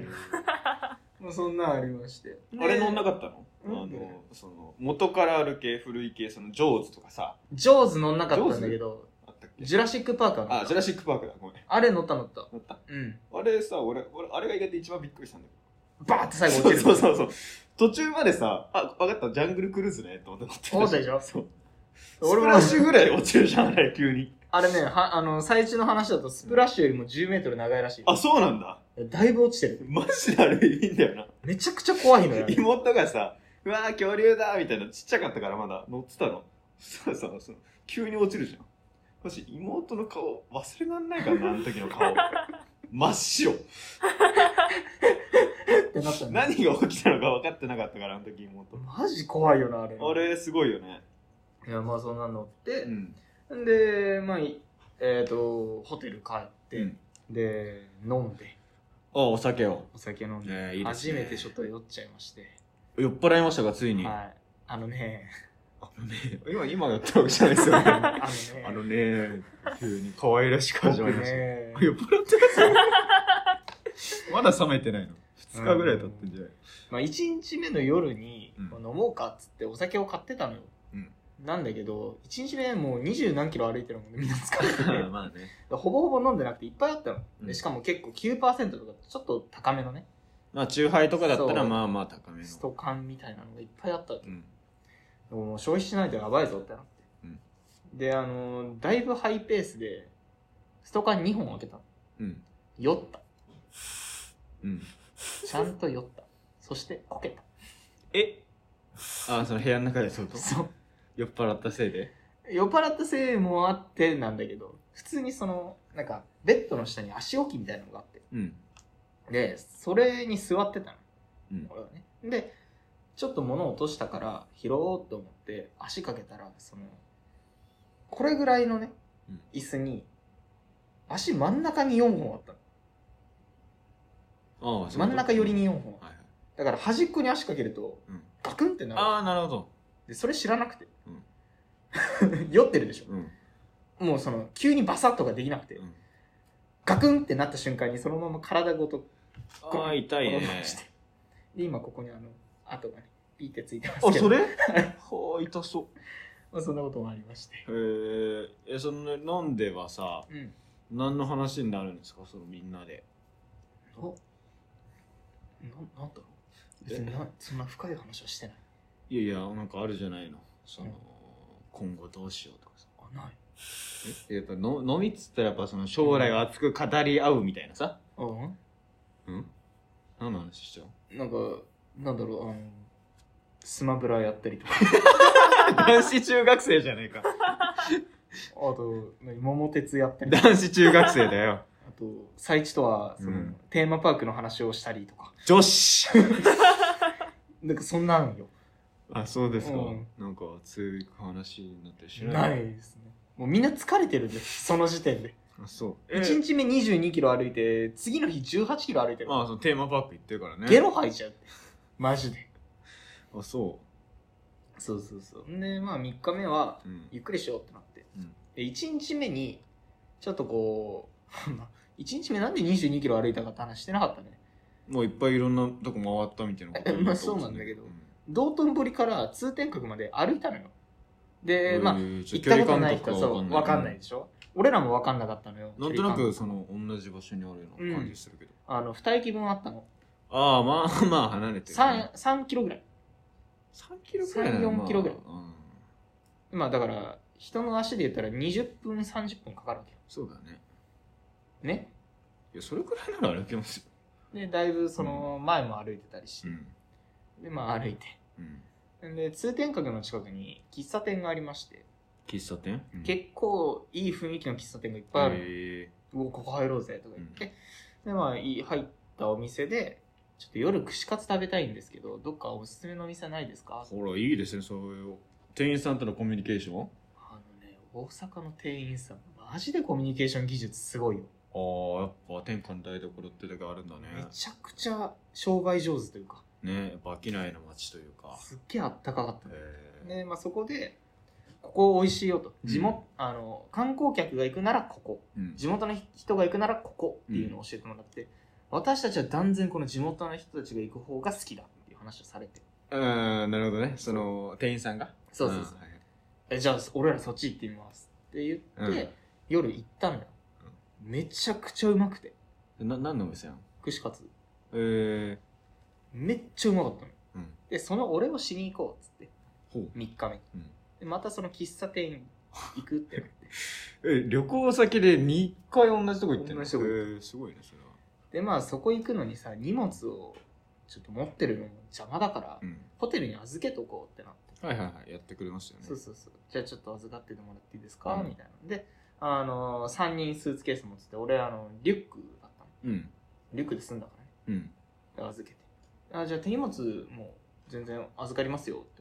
もうそんなんありまして。
あれ乗んなかったの
う
あ
ん
の、その、元からある系、古い系、その、ジョーズとかさ、
ジョーズ乗んなかったんだけど、
あったっけ
ジュラシックパーカーの
あ、ジュラシックパークだ、ごめん。
あれ乗った乗った。
乗った。
うん。
あれさ、俺、俺、あれが意外と一番びっくりしたんだけ
バーって最後
ど。
落ちる。
そうそうそうそう。途中までさ、あ、わかった、ジャングルクルーズね、と思って
思ったでしょ
そう。
俺
俺
も
もラッシュぐらい落ちるじゃん、あれ、急に。
あれね、はあの、最中の話だとスプラッシュよりも10メートル長いらしい。
あ、そうなんだ。
だいぶ落ちてる。
マジであれ、いいんだよな。
めちゃくちゃ怖いのよ。あれ
妹がさ、うわー恐竜だーみたいな、ちっちゃかったからまだ乗ってたの。そうそうそう。急に落ちるじゃん。もし妹の顔忘れらんないからな、あの時の顔。真っ白。
ってなったんだ
何が起きたのか分かってなかったから、あの時妹。
マジ怖いよな、あれ。
あれ、すごいよね。
いや、まあそんなの乗って
う、ん。
んで、まあ、いえっと、ホテル帰って、
うん
で、飲んで、
あ、お酒を。
お酒飲んで、
ねえいいです
初
ね
めてちょっと酔っちゃいまして。
酔っ払いましたが、ついに
はい。あの ね、
今、今やったわけじゃないですよ
あ
ね。
のね、
あのね、急に可愛らしく始まり
僕
ました。
ね、
酔っ払ってますよまだ冷めてないの。2日ぐらい経ってんじゃない
まあ、1日目の夜に
うん
飲もうかっつってお酒を買ってたのよ。
うん
なんだけど、1日目もう二十何キロ歩いてる もんでみんな疲れてて、
まあね。
ほぼほぼ飲んでなくていっぱいあったの。
う
で
ん
しかも結構9%とかちょっと高めのね、
まあ、中杯とかだったら、
そう
まあまあ高めの。
ストカンみたいなのがいっぱいあったわけ
うん。
もう消費しないとやばいぞってなって。
うん
で、あのーだいぶハイペースで、ストカン2本開けたの。
うん。
酔った。
うん。
ちゃんと酔った。そして、こけた。
えあ、その部屋の中でそうと。
そう。
酔っ払ったせいで。
酔っ払ったせいもあってなんだけど普通にそのなんかベッドの下に足置きみたいなのがあって
うん。
でそれに座ってたの
うん。
俺はねでちょっと物を落としたから拾おうと思って足かけたらそのこれぐらいのね
うん
椅子に足真ん中に4本あったの
ああ、
真ん中寄り。に4本あった
はいはい。
だから端っこに足かけると
うん。
ガクンってなる
ああ、なるほど。
でそれ知らなくて、 酔ってるでしょ
うん。
もうその急にバサッとかできなくて、
うん
ガクンってなった瞬間にそのまま体ごと
ああ、痛い
転
ね
が。してで今ここにあの跡がねピーってついてますけど
あ、それ はあ、痛そ
まあ、そんなこともありまして
う。へえ。え、その、飲んではさ、
うん
何の話になるんですかそのみんなで。
おななんだろう別になそんな深い話はしてない
いやいや、なんかあるじゃないの。その、今後どうしようとかさ。
あない
えやっぱの飲みっつったらやっぱその将来を熱く語り合うみたいなさ。
う
うん何の話しちゃうん
なんかなんだろうあのスマブラやったりと か
男子中学生じゃねえか。
あと何桃鉄やったりとか
男子中学生だよ。
あと、最地とは、その、
うん
テーマパークの話をしたりとか。
女子
なんかそんなんよ。
あ、そうですか
うん。
なんか熱い話になって知ら
ない。ですね。もうみんな疲れてるんです、その時点で。
あ、そ
うん
1日目22キロ歩いて、次の日18キロ歩いて
う。
る。
まあ、そのテーマパーク行ってるからね。
ゲロ吐いちゃうって。マジで。
あ、そ
そうそうそう。んで、まあ3日目は、
う。うん。
ゆっくりしようってなって。
うん
で、1日目に、ちょっとこう、 まあ1日目なんで22キロ歩いたかって話してなかったね。
もういっぱいいろんなとこ回ったみたいなことを言
まあ
ってことですね
そうなんだけど道頓堀から通天閣まで歩いたのよ。で、まあ、
行
行ったことない人はそう、わかんないで
し
しょ俺らもわかんなかったのよ。
なんと
距
な
離
く
感、
その、同じ場所にあるような感じするけど。
あの、二駅分あったの。
ああ、まあまあ離れてる
三
ね。
三キロぐらい。
3キロくらいなら
3 4キロぐらい
まあうん
まあだから、人の足で言ったら20分、30分かかるわけよ。
そうだね。
ね。
いや、それくらいなら歩けますよ。
で、だいぶその、前も歩いてたりして。
ん。
で、まあ歩いて。
うん。
で、通天閣の近くに喫茶店がありまして、
喫茶店構
結構いい雰囲気の喫茶店がいっぱいある。
へ
うお、ここ入ろうぜ、とか言って。で、まあ、いい入ったお店で、ちょっと夜串カツ食べたいんですけど、どっかおすすめのお店ないですか
ーほら、いいですね、そういう。店員さんとのコミュニケーション
あのね、大阪の店員さん、マジでコミュニケーション技術すごいよ。
ああ、やっぱ天下の台所ってだけあるんだ
め
ね。
ちゃくちゃ商売上手というか、
ね、やっぱ商いの街というか。
すっげえあったかかったね。
へー
で、まあ、そこで、ここ美味しいよと。
うん
地元、あの、観光客が行くならここ。
うん
地元の人が行くならここっていうのを教えてもらって、私たちは断然この地元の人たちが行く方が好きだっていう話をされて。
うん、なるほどね。その、店員さんが。
そうそうそう。
んはいはい
えじゃあ、俺らそっち行ってみますって言って、
うん
夜行ったんだよ。めちゃくちゃうまくて。
な、何のお店やん
串カツ。
えー、
めっちゃうまかったの。
うん。
で、その俺をしに行こうっつって、
ほう。
3日目に。
うん
で、またその喫茶店行くってなって。
え、旅行先で2回同じとこ行ってんの
同じとこ
え
行
ー、すごいね、それは。
で、まあそこ行くのにさ、荷物をちょっと持ってるのも邪魔だから、
うん。
ホテルに預けとこうってなって。
はいはいはい、やってくれましたよね。
そうそうそう。じゃあちょっと預かっててもらっていいですか、
うん
みたいな。で、あのー、3人スーツケース持ってて、俺、あの、リュックだったの。
うん。
リュックで済んだからね。
うん。
で預けて。あ、じゃあ手荷物もう全然預かりますよって。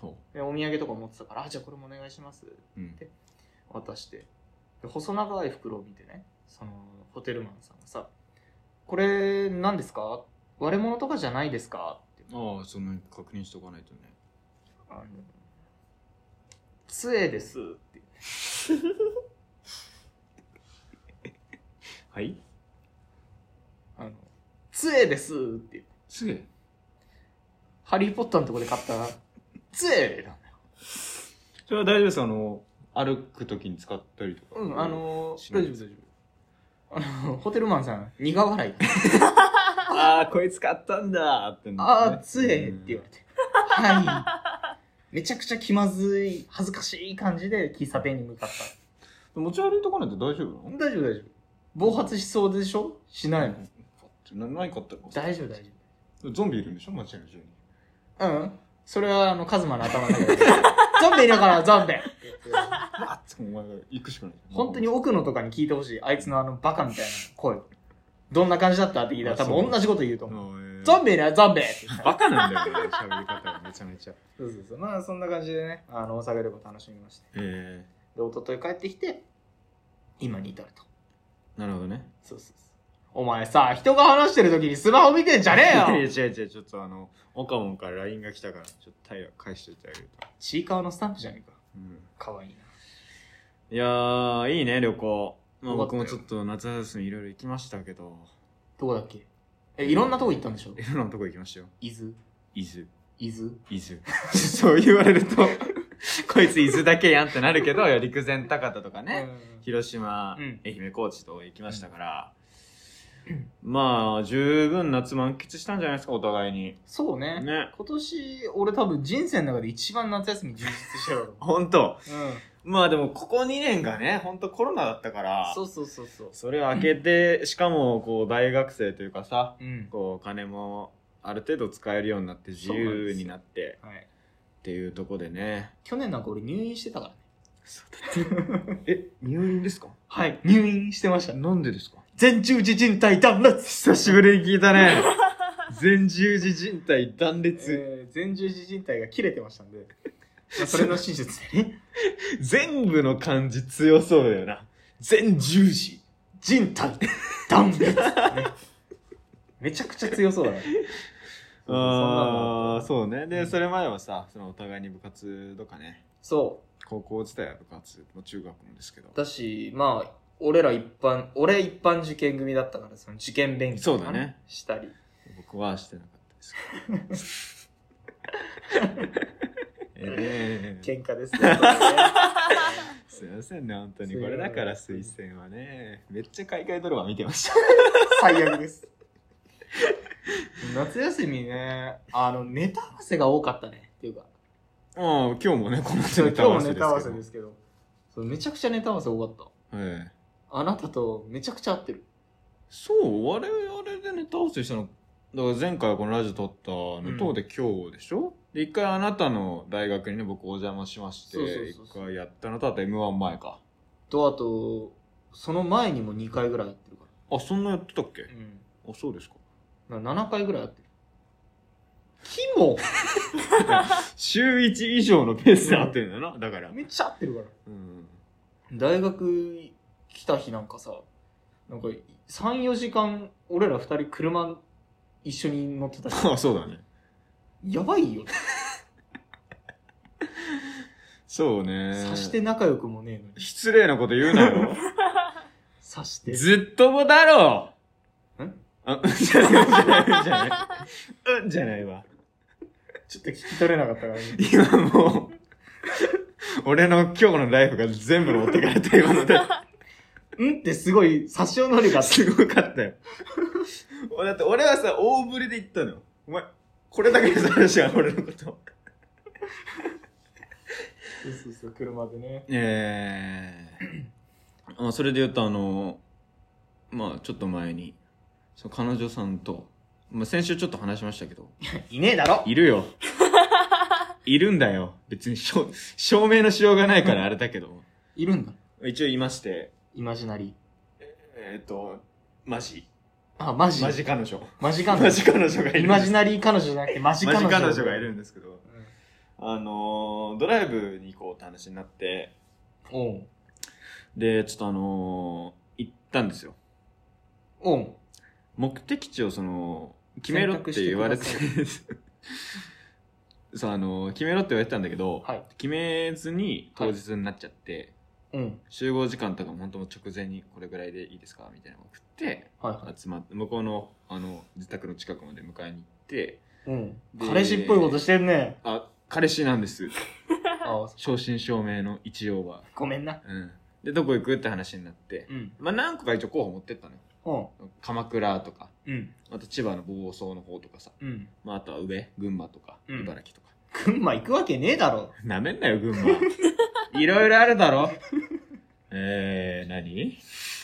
ほ
で、お土産とか持ってたから、あ、じゃあこれもお願いします
う。うん。
渡してで細長い袋を見てねそのホテルマンさんがさ「これ何ですか割れ物とかじゃないですか?」って
ああ、そんなに確認しておかないとね。
「あの杖です」って
はい
「あの杖です」って
すげえ。
「ハリー・ポッター」のとこで買った杖なんだよ
それは大丈夫です。あの、歩くときに使ったりとか。
うんあ、の
しな
大
い
丈夫大丈夫あのホテルマンさん苦笑い
ああ、こいつ買ったんだーってな
あ
るね
あ杖って言われて「はい」めちゃくちゃ気まずい恥ずかしい感じで喫茶店に向かった
うん持ち歩いとかないと大丈夫なの
大丈夫大丈夫暴発しそうでしょしないの
な何買ったの
大丈夫大丈
夫。ゾンビいるんでしょ街の中に。
夫うんそれはあのカズマの頭の中で ゾンビいるからゾンビ
まあ、つってお前が行くしかない。
本当に奥野とかに聞いてほしいあいつのあのバカみたいな声どんな感じだったって聞いたら多分同じこと言うと思うゾン
ビ
ビいるよゾンビって言った
バカなんだよね、喋り方がめちゃめちゃ。
そうそうそうまあそんな感じでねあの大阪旅行楽しみまして
え
で一昨日帰ってきて今に至ると
ー、なるほどね。
そうそうそうお前さ人が話してる時にスマホ見てんじゃね
いや
え
いや
よ
違う違う、ちょっとあの、オカモンから LINE が来たから、ちょっとタイヤ返しておいてあげると。
ちいかわのスタンプじゃねえか
うん
かわいいない
やー、いいね、旅行。まあ、
よかっ
僕
たよ
もちょっと夏休みいろいろ行きましたけど、
どこだっけえ、いろんなとこ行ったんでしょ
いろんなとこ行きましたよ。
伊豆
伊豆。
伊豆
伊豆。 そう言われると、 こいつ伊豆だけやんってなるけど、陸前高田とかね、広島、
うん
愛媛、高知と行きましたから、まあ、十分夏満喫したんじゃないですか、お互いに。
そうね
ね。
今年俺多分人生の中で一番夏休み充実してるだろ
ほんと。
う、うん、
まあでも、ここ2年がね、ほんとコロナだったから、
そうそうそうそう
それを開けて、しかも、こう、大学生というかさ、
うん
こう、お金も、ある程度使えるようになって、自由になって、
はい
っていうとこでね。
去年なんか俺入院してたからね
え、入院ですか
はい、入院してました。
なんでですか
全中時靭帯断裂
久しぶりに聞い たね。前十字靭帯断裂。
えー前十字靭帯が切れてましたん で、まあそれの手術でね、
全部の漢字強そうだよな。全十字。
靭帯断裂、ね、めちゃくちゃ強そうだね。 そうそんなの
ああ、そうね。
う
で、
ん
それまではさ、そのお互いに部活とかね、
そう。
高校自体は部活、もう中学もですけど。
だし、まあ、俺ら一般、俺一般受験組だったから、その受験勉強とか
そうだね
したり。
僕はしてなかったです けど。ええ
喧嘩ですね。 それはね
すいませんね、本当に。これだから推薦はね、めっちゃ海外ドラマ見てました。
最悪です。夏休みね、あの、ネタ合わせが多かったね。っていうか、
ああ、今日もね、この
今
ネ
日
タ合
も
わせ
ネ
ですけど。
タ合わせですけど、そうめちゃくちゃネタ合わせ多かっ
ええ
た。あなたとめちゃくちゃ合ってる。
そう、我々でネタ合わせしたの。だから前回はこのラジオ撮ったの、
うん
とうで今日でしょで、一回あなたの大学にね、僕お邪魔しまして
そうそうそう、
一
そう
回やったのと、あと M1 前か。
と、あと、その前にも2回ぐらいやってるか
あ、そんなやってたっけ
ら。う
あ、そうですか。
ん。7回ぐらいやってる。キモ
週1以上のペースで合ってるんだよな、だから。
めっちゃ合ってるから。
うん。
大学来た日なんかさなんか34時間俺ら2人車一緒に乗ってたし
あ、そうだね。
やばいよ
そうね。
察して仲良くもねえのに
失礼なこと言うなよ。
察して
ずっともだろ
ん
あ、うんじゃない、うんじゃない、うんじゃないわ。
ちょっと聞き取れなかったから、ね、
今もう、俺の今日のライフが全部持ってかれた今ので、
うんってすごい殺傷能力があって
すごかった よ。だって俺はさ、大振りで言ったのよ。お前、これだけで探しが俺のこと。
そうそうそう車でね
ええあそれで言うとあの、まあちょっと前に、その彼女さんと、まあ先週ちょっと話しましたけど、
いねえだろ
い るよ。いるんだよ。別に証証明のしようがないからあれだけど。
いるんだ
一応言いまして、
イマジナリー
えっ、と、マジ。
あマジ
マジ彼女。
マジ彼
マ
女
ジ彼女がいる。
イマジナリー彼女じゃなくてマジ
マ
彼
ジ
女
彼女がいるん
だ、
ですけど、あのードライブに行こうって話になって、
うん、おう
で、ちょっとあのー行ったんですよ。
おう
目的地をその、決めろって言われて
選、
そう、あのー決めろって言われてたんだけど、
はい
決めずに当日になっちゃって、
うん
集合時間とかも本当もう直前にこれぐらいでいいですかみたいなのを送って
はいは
集まって向こうのあの自宅の近くまで迎えに行って
い、うん、
で
彼氏っぽいことしてんね
あ彼氏なんです
あ
正真正銘の一応は、
ごめんな
うん、でどこ行くって話になって、
うん
まあ何個か一応候補持ってったのよ
うん
鎌倉とか
うん。
あと千葉の房総の方とかさ、
うん。
まあ、あとは上群馬とか
うん
茨城とか、
群馬行くわけねえだろ。
なめんなよ群馬 いろいろあるだろえー、何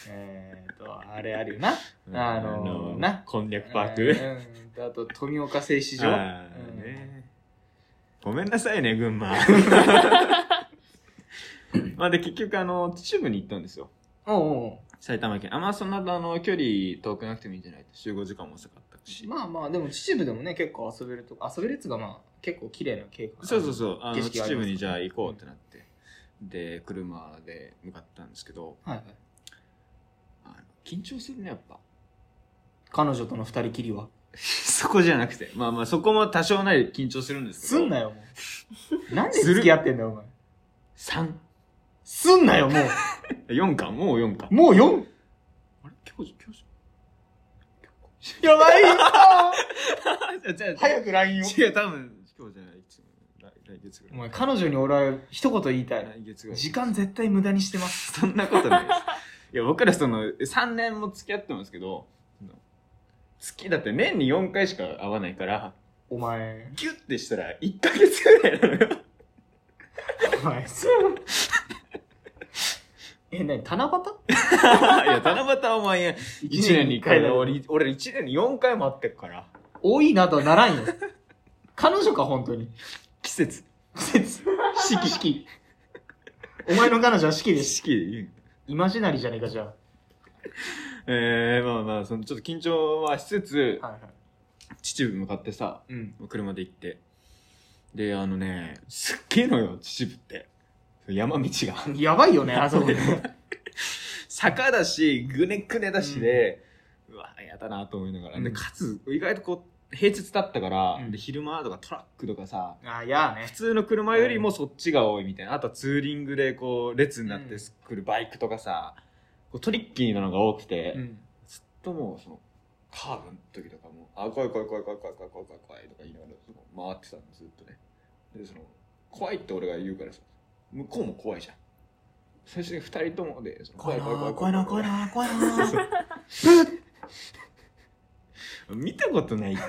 えーと、あれあるよな。あのーな
こんにゃくパーク、
うんと。あと、富岡製糸場。
あーねごめんなさいね群 馬まあで結局あの秩父に行ったんですよ
うんおうお
埼玉県あまあそんなあの距離遠くなくてもいいんじゃない集合時間も遅かったし、
う。まあまあ、でも秩父でもね、結構遊べるとこ、遊べるやつがまあ、結構綺麗な景観。
そうそうそうあの
景色
秩
がありま
父
す
にじゃあ行こうってなって、で車で向かったんですけど
う。はいはい。
あの緊張するねやっぱ
彼女との二人きりは。
そこじゃなくてまあまあそこも多少なり緊張するんですけど
すんなよ、も う。なんです
る
付き合ってんだよ、お前。すんなよ、もう。
34巻もう4巻
もう4。
あれ教授教授
やばいよ
じゃあじゃあ
早く LINE を。
違う、多分、今日じゃない、いつも来来月ぐ
お
らい。
前、彼女に俺は一言言いたい。
来月ぐらい。
時間絶対無駄にしてます。
そんなことないです。いや、僕らその、3年も付き合ってますけど、その月だって年に4回しか会わないから、
お前、
ギュッてしたら1ヶ月ぐらいな のよ。
お前、 え、なに、七夕
いや、七夕はお前、1年に1回だ。俺、俺1年に4回も会ってっから。
多いなとはならんよ。彼女か、本当に。
季節。
季節。四季。お前の彼女は四季です。
式で言う
イマジナリーじゃねえか、じゃ
えー、まあまあ、そのちょっと緊張はしつつ
あ。、はいはい。
秩父向かってさ、
うん。
車で行って。で、あのね、すっげえのよ、秩父って。山道が。
やばいよね、 あそこね。
坂だし、ぐねくねだしで、うわ、やだなと思いながら。
う
で、
ん
かつ、意外とこう、平日だったから、
うん
で昼間とかトラックとかさ、
あ、やあね
普。通の車よりもそっちが多いみたいな。あとはツーリングでこう、列になって来るバイクとかさ、こうトリッキーなのが多くて、
うん。
ずっともう、その、カーブの時とかも、あ、怖い怖い怖い怖い怖い怖い怖い怖い怖いとか言いながら、その、回ってたの、ずっとね。で、その、怖いって俺が言うからさ、向こうも怖いじゃん。最初に二人ともで、その
怖いなー怖いなー怖いなー怖いなー
見たことない って。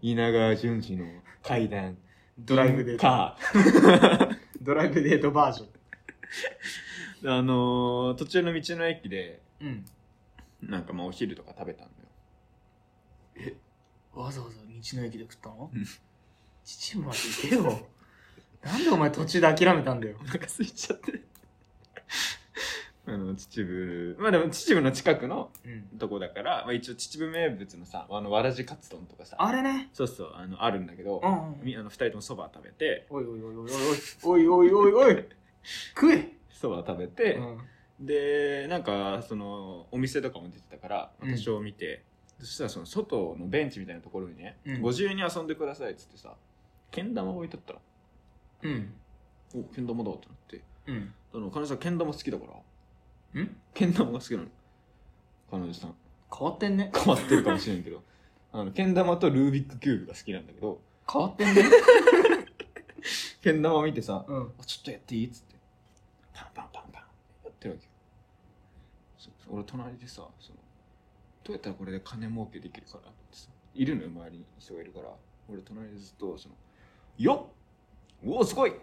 稲川淳二の階段。
ドライブデート。
カ
ドライブデートバージョン。
ー。あのー、途中の道の駅で、
うん。
なんかまあお昼とか食べたんだよ。
わざわざ道の駅で食ったの
うん
秩父まで行けよ。なんでお前途中で諦めたんだよ。
お腹空いちゃって。 あの、秩父、まあでも秩父の近くの
うん。
とこだから、まあ一応秩父名物のさ、あの、わらじカツ丼とかさ、
あれね。
そうそう、あの、あるんだけど
う、んうん。
みあの、二人ともそば食べて、
おいおいおいおいおいおいおいおいおいおい食え
そば食べて、
うん
でなんかそのお店とかも出てたから
うん
私を見て、そしたらその外のベンチみたいなところにね、
うん
ご自由に遊んでくださいっつってさけん玉置いてったら
うん
おけん玉だってなって
うん
あの彼女さんけん玉好きだから
ん
けん玉が好きなの彼女さん
変わってんね
変わってるかもしれんけど あのけん玉とルービックキューブが好きなんだけど
変わってんね
けん玉見てさ
うん
あちょっとやっていいっつってパンパンパンパンやってるわけよそそ俺隣でさそのどうやったらこれで金儲けできるかなってさいるのよ周りに人がいるから俺隣でずっとその「よっおおすごい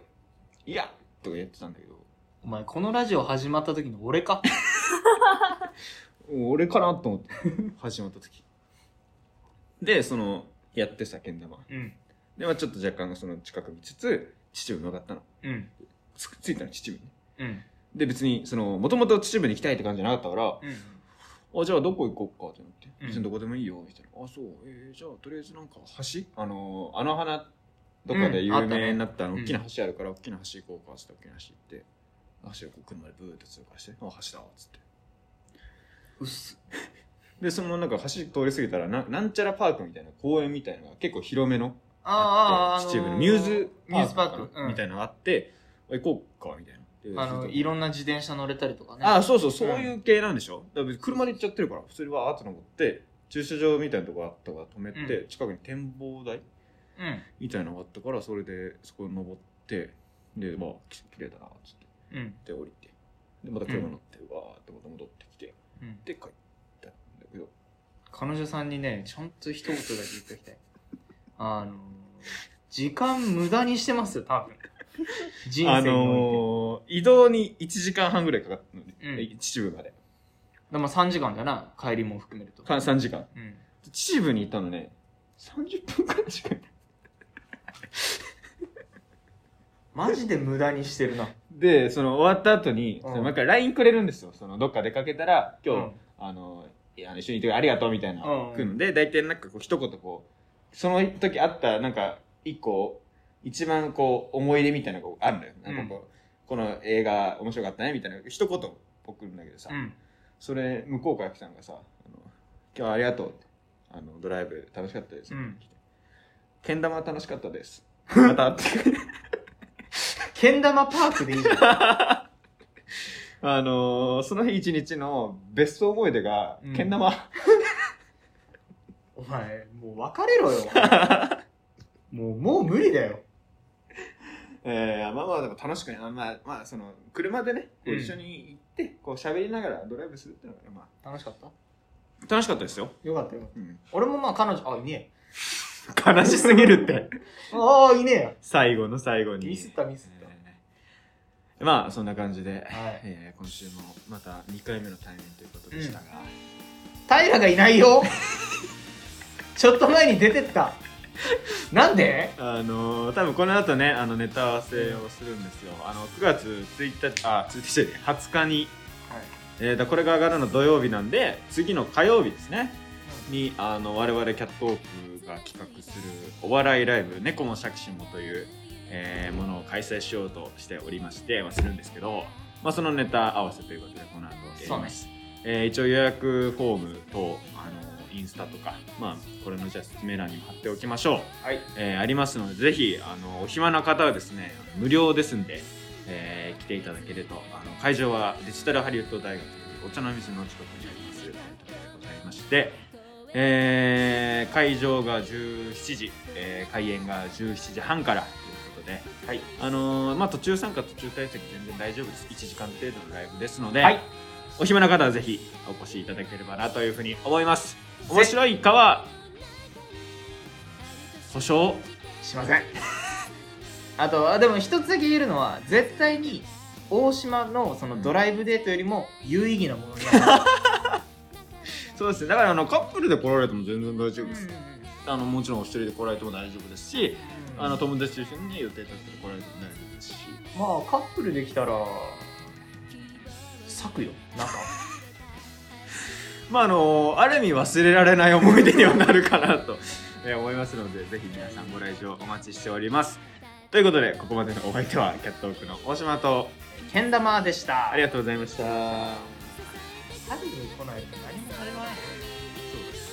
いや!」とかやってたんだけど
お前このラジオ始まった時の俺か
俺かなと思って始まった時でそのやってさけん玉
うん
でまあちょっと若干その近く見つつ秩父曲がったの
うん
つついたの秩父に
うん
で別にそのもともと秩父に行きたいって感じじゃなかったから
うん
あ、じゃあどこ行こうかってなって。
うん
別にどこでもいいよ、みたいな。あ、そう。えーじゃあとりあえずなんか橋あのー、あの花とかで
うんあ
有
ったね
名になった、あの
うん
大きな橋あるから、大きな橋行こうか、つって大きな橋行って。橋をこう車でブーって通過して、あ、橋だ、つって。
うっす
で、そのなんか橋通り過ぎたらな、なんちゃらパークみたいな公園みたいなのが結構広めのあって、秩父のミューズ
ミューズパー
か
ク
なみた
い
いなのがあって、あ行こうか、みたいな。で
あ
そ
の
うそう
いろんな自転車乗れたりとかね
ああ、そうそう、そういう系なんでしょ、だから別に車で行っちゃってるから、普通にわーっと登って、駐車場みたいなとこあったから止めて、
う
近くに展望台
うん
みたいなのがあったから、それでそこに登って、で、まあ、き綺麗だな、つって。
うん
で、降りて。で、また車乗って、わーってまた戻ってきて、
うん
で、帰ったんだけど、
彼女さんにねちゃんと一言だけ言っておきたいあの時間無駄にしてますよ多分人
あ
生において
のー、移動に1時間半ぐらいかかったのに、
う
秩父まで。
でも3時間だな帰りも含めると
か3時間。
うん
秩父にいたのね、30分くらいしかいない。
マジで無駄にしてるな。
で、その終わった後
う
に、
ん
その毎回 LINE くれるんですよ。そのどっか出かけたら、今日、
うん
あの、いや一緒にいてくれありがとうみたいな、
うん
来るので、大体なんかこう一言こう、その時あった、なんか一個、一番こう思い出みたいなのがあるのよ。なんかこう、この映画面白かったねみたいな、一言送るんだけどさ、
うん。
それ向こうから来たのがさ、あの今日はありがとうって、あの、ドライブ楽しかったです。
うん
けん玉楽しかっ たです。またって。
けん玉パークでいいじゃん。
あのー、その日一日のベスト思い出が
うん、
けん玉、
お前、もう別れ ろよ。もう、もう無理だよ。
えー、まあまあ、でも楽しくね、まあまあ、まあ、その、車でね、こう
うん
一緒に行って、こう喋りながらドライブするっていうのがね、ま
楽しかった
あ。楽しかったですよ。
よかったよかった。
うん。
俺もまあ彼女、あ、いね
悲しすぎる って。
えよ。ああ、いねえよ。
最後の最後に。
ミスったミスっ
えーまあ、そんな感じで、
はい
えー今週もまた2回目の対面ということでしたが、
た。平がいないよ。ちょっと前に出てった。なんで
あのー、多分この後ね、あの、ネタ合わせをするんですよ。あの、9月1日、あ、1日で20日に、
はい
えーと、これが上がるの土曜日なんで、次の火曜日ですね。に、あの、我々キャットウォークが企画するお笑いライブ、猫の杓子もという、えーものを開催しようとしておりまして、はするんですけど、まあ、そのネタ合わせということで、この後やります。えー一応予約フォームと、あの、インスタとか、まあ、これのじゃあ説明欄にも貼っておきましょう。
はい。
えーありますのでぜひあのお暇な方はですね無料ですんで、えー来ていただけるとあの会場はデジタルハリウッド大学お茶の水の近くにあります、えーございまして、えー会場が17時、えー開演が17時半からということで、
はい。
あのーまあ、途中参加途中退席全然大丈夫です1時間程度のライブですので、
はい
お暇な方はぜひお越しいただければなというふうに思います面白いかは保証
しません。あと、あでも一つだけ言えるのは、絶対に、大島のそのドライブデートよりも有意義なものになる。
そうですねだからあのカップルで来られても全然大丈夫です、
うんうん
あのもちろんお一人で来られても大丈夫ですし、
うん
あの友達と一緒にね予定立ってて来られても大丈夫ですし
まあ、カップルできたら、咲くよ、なんか。
まああのある意味忘れられない思い出にはなるかなと えー思いますのでぜひ皆さんご来場お待ちしておりますということでここまでのお相手はキャットウォークの大島と
けん玉でした。
ありがとうございました
春に来ないと何も始まらない。
そうです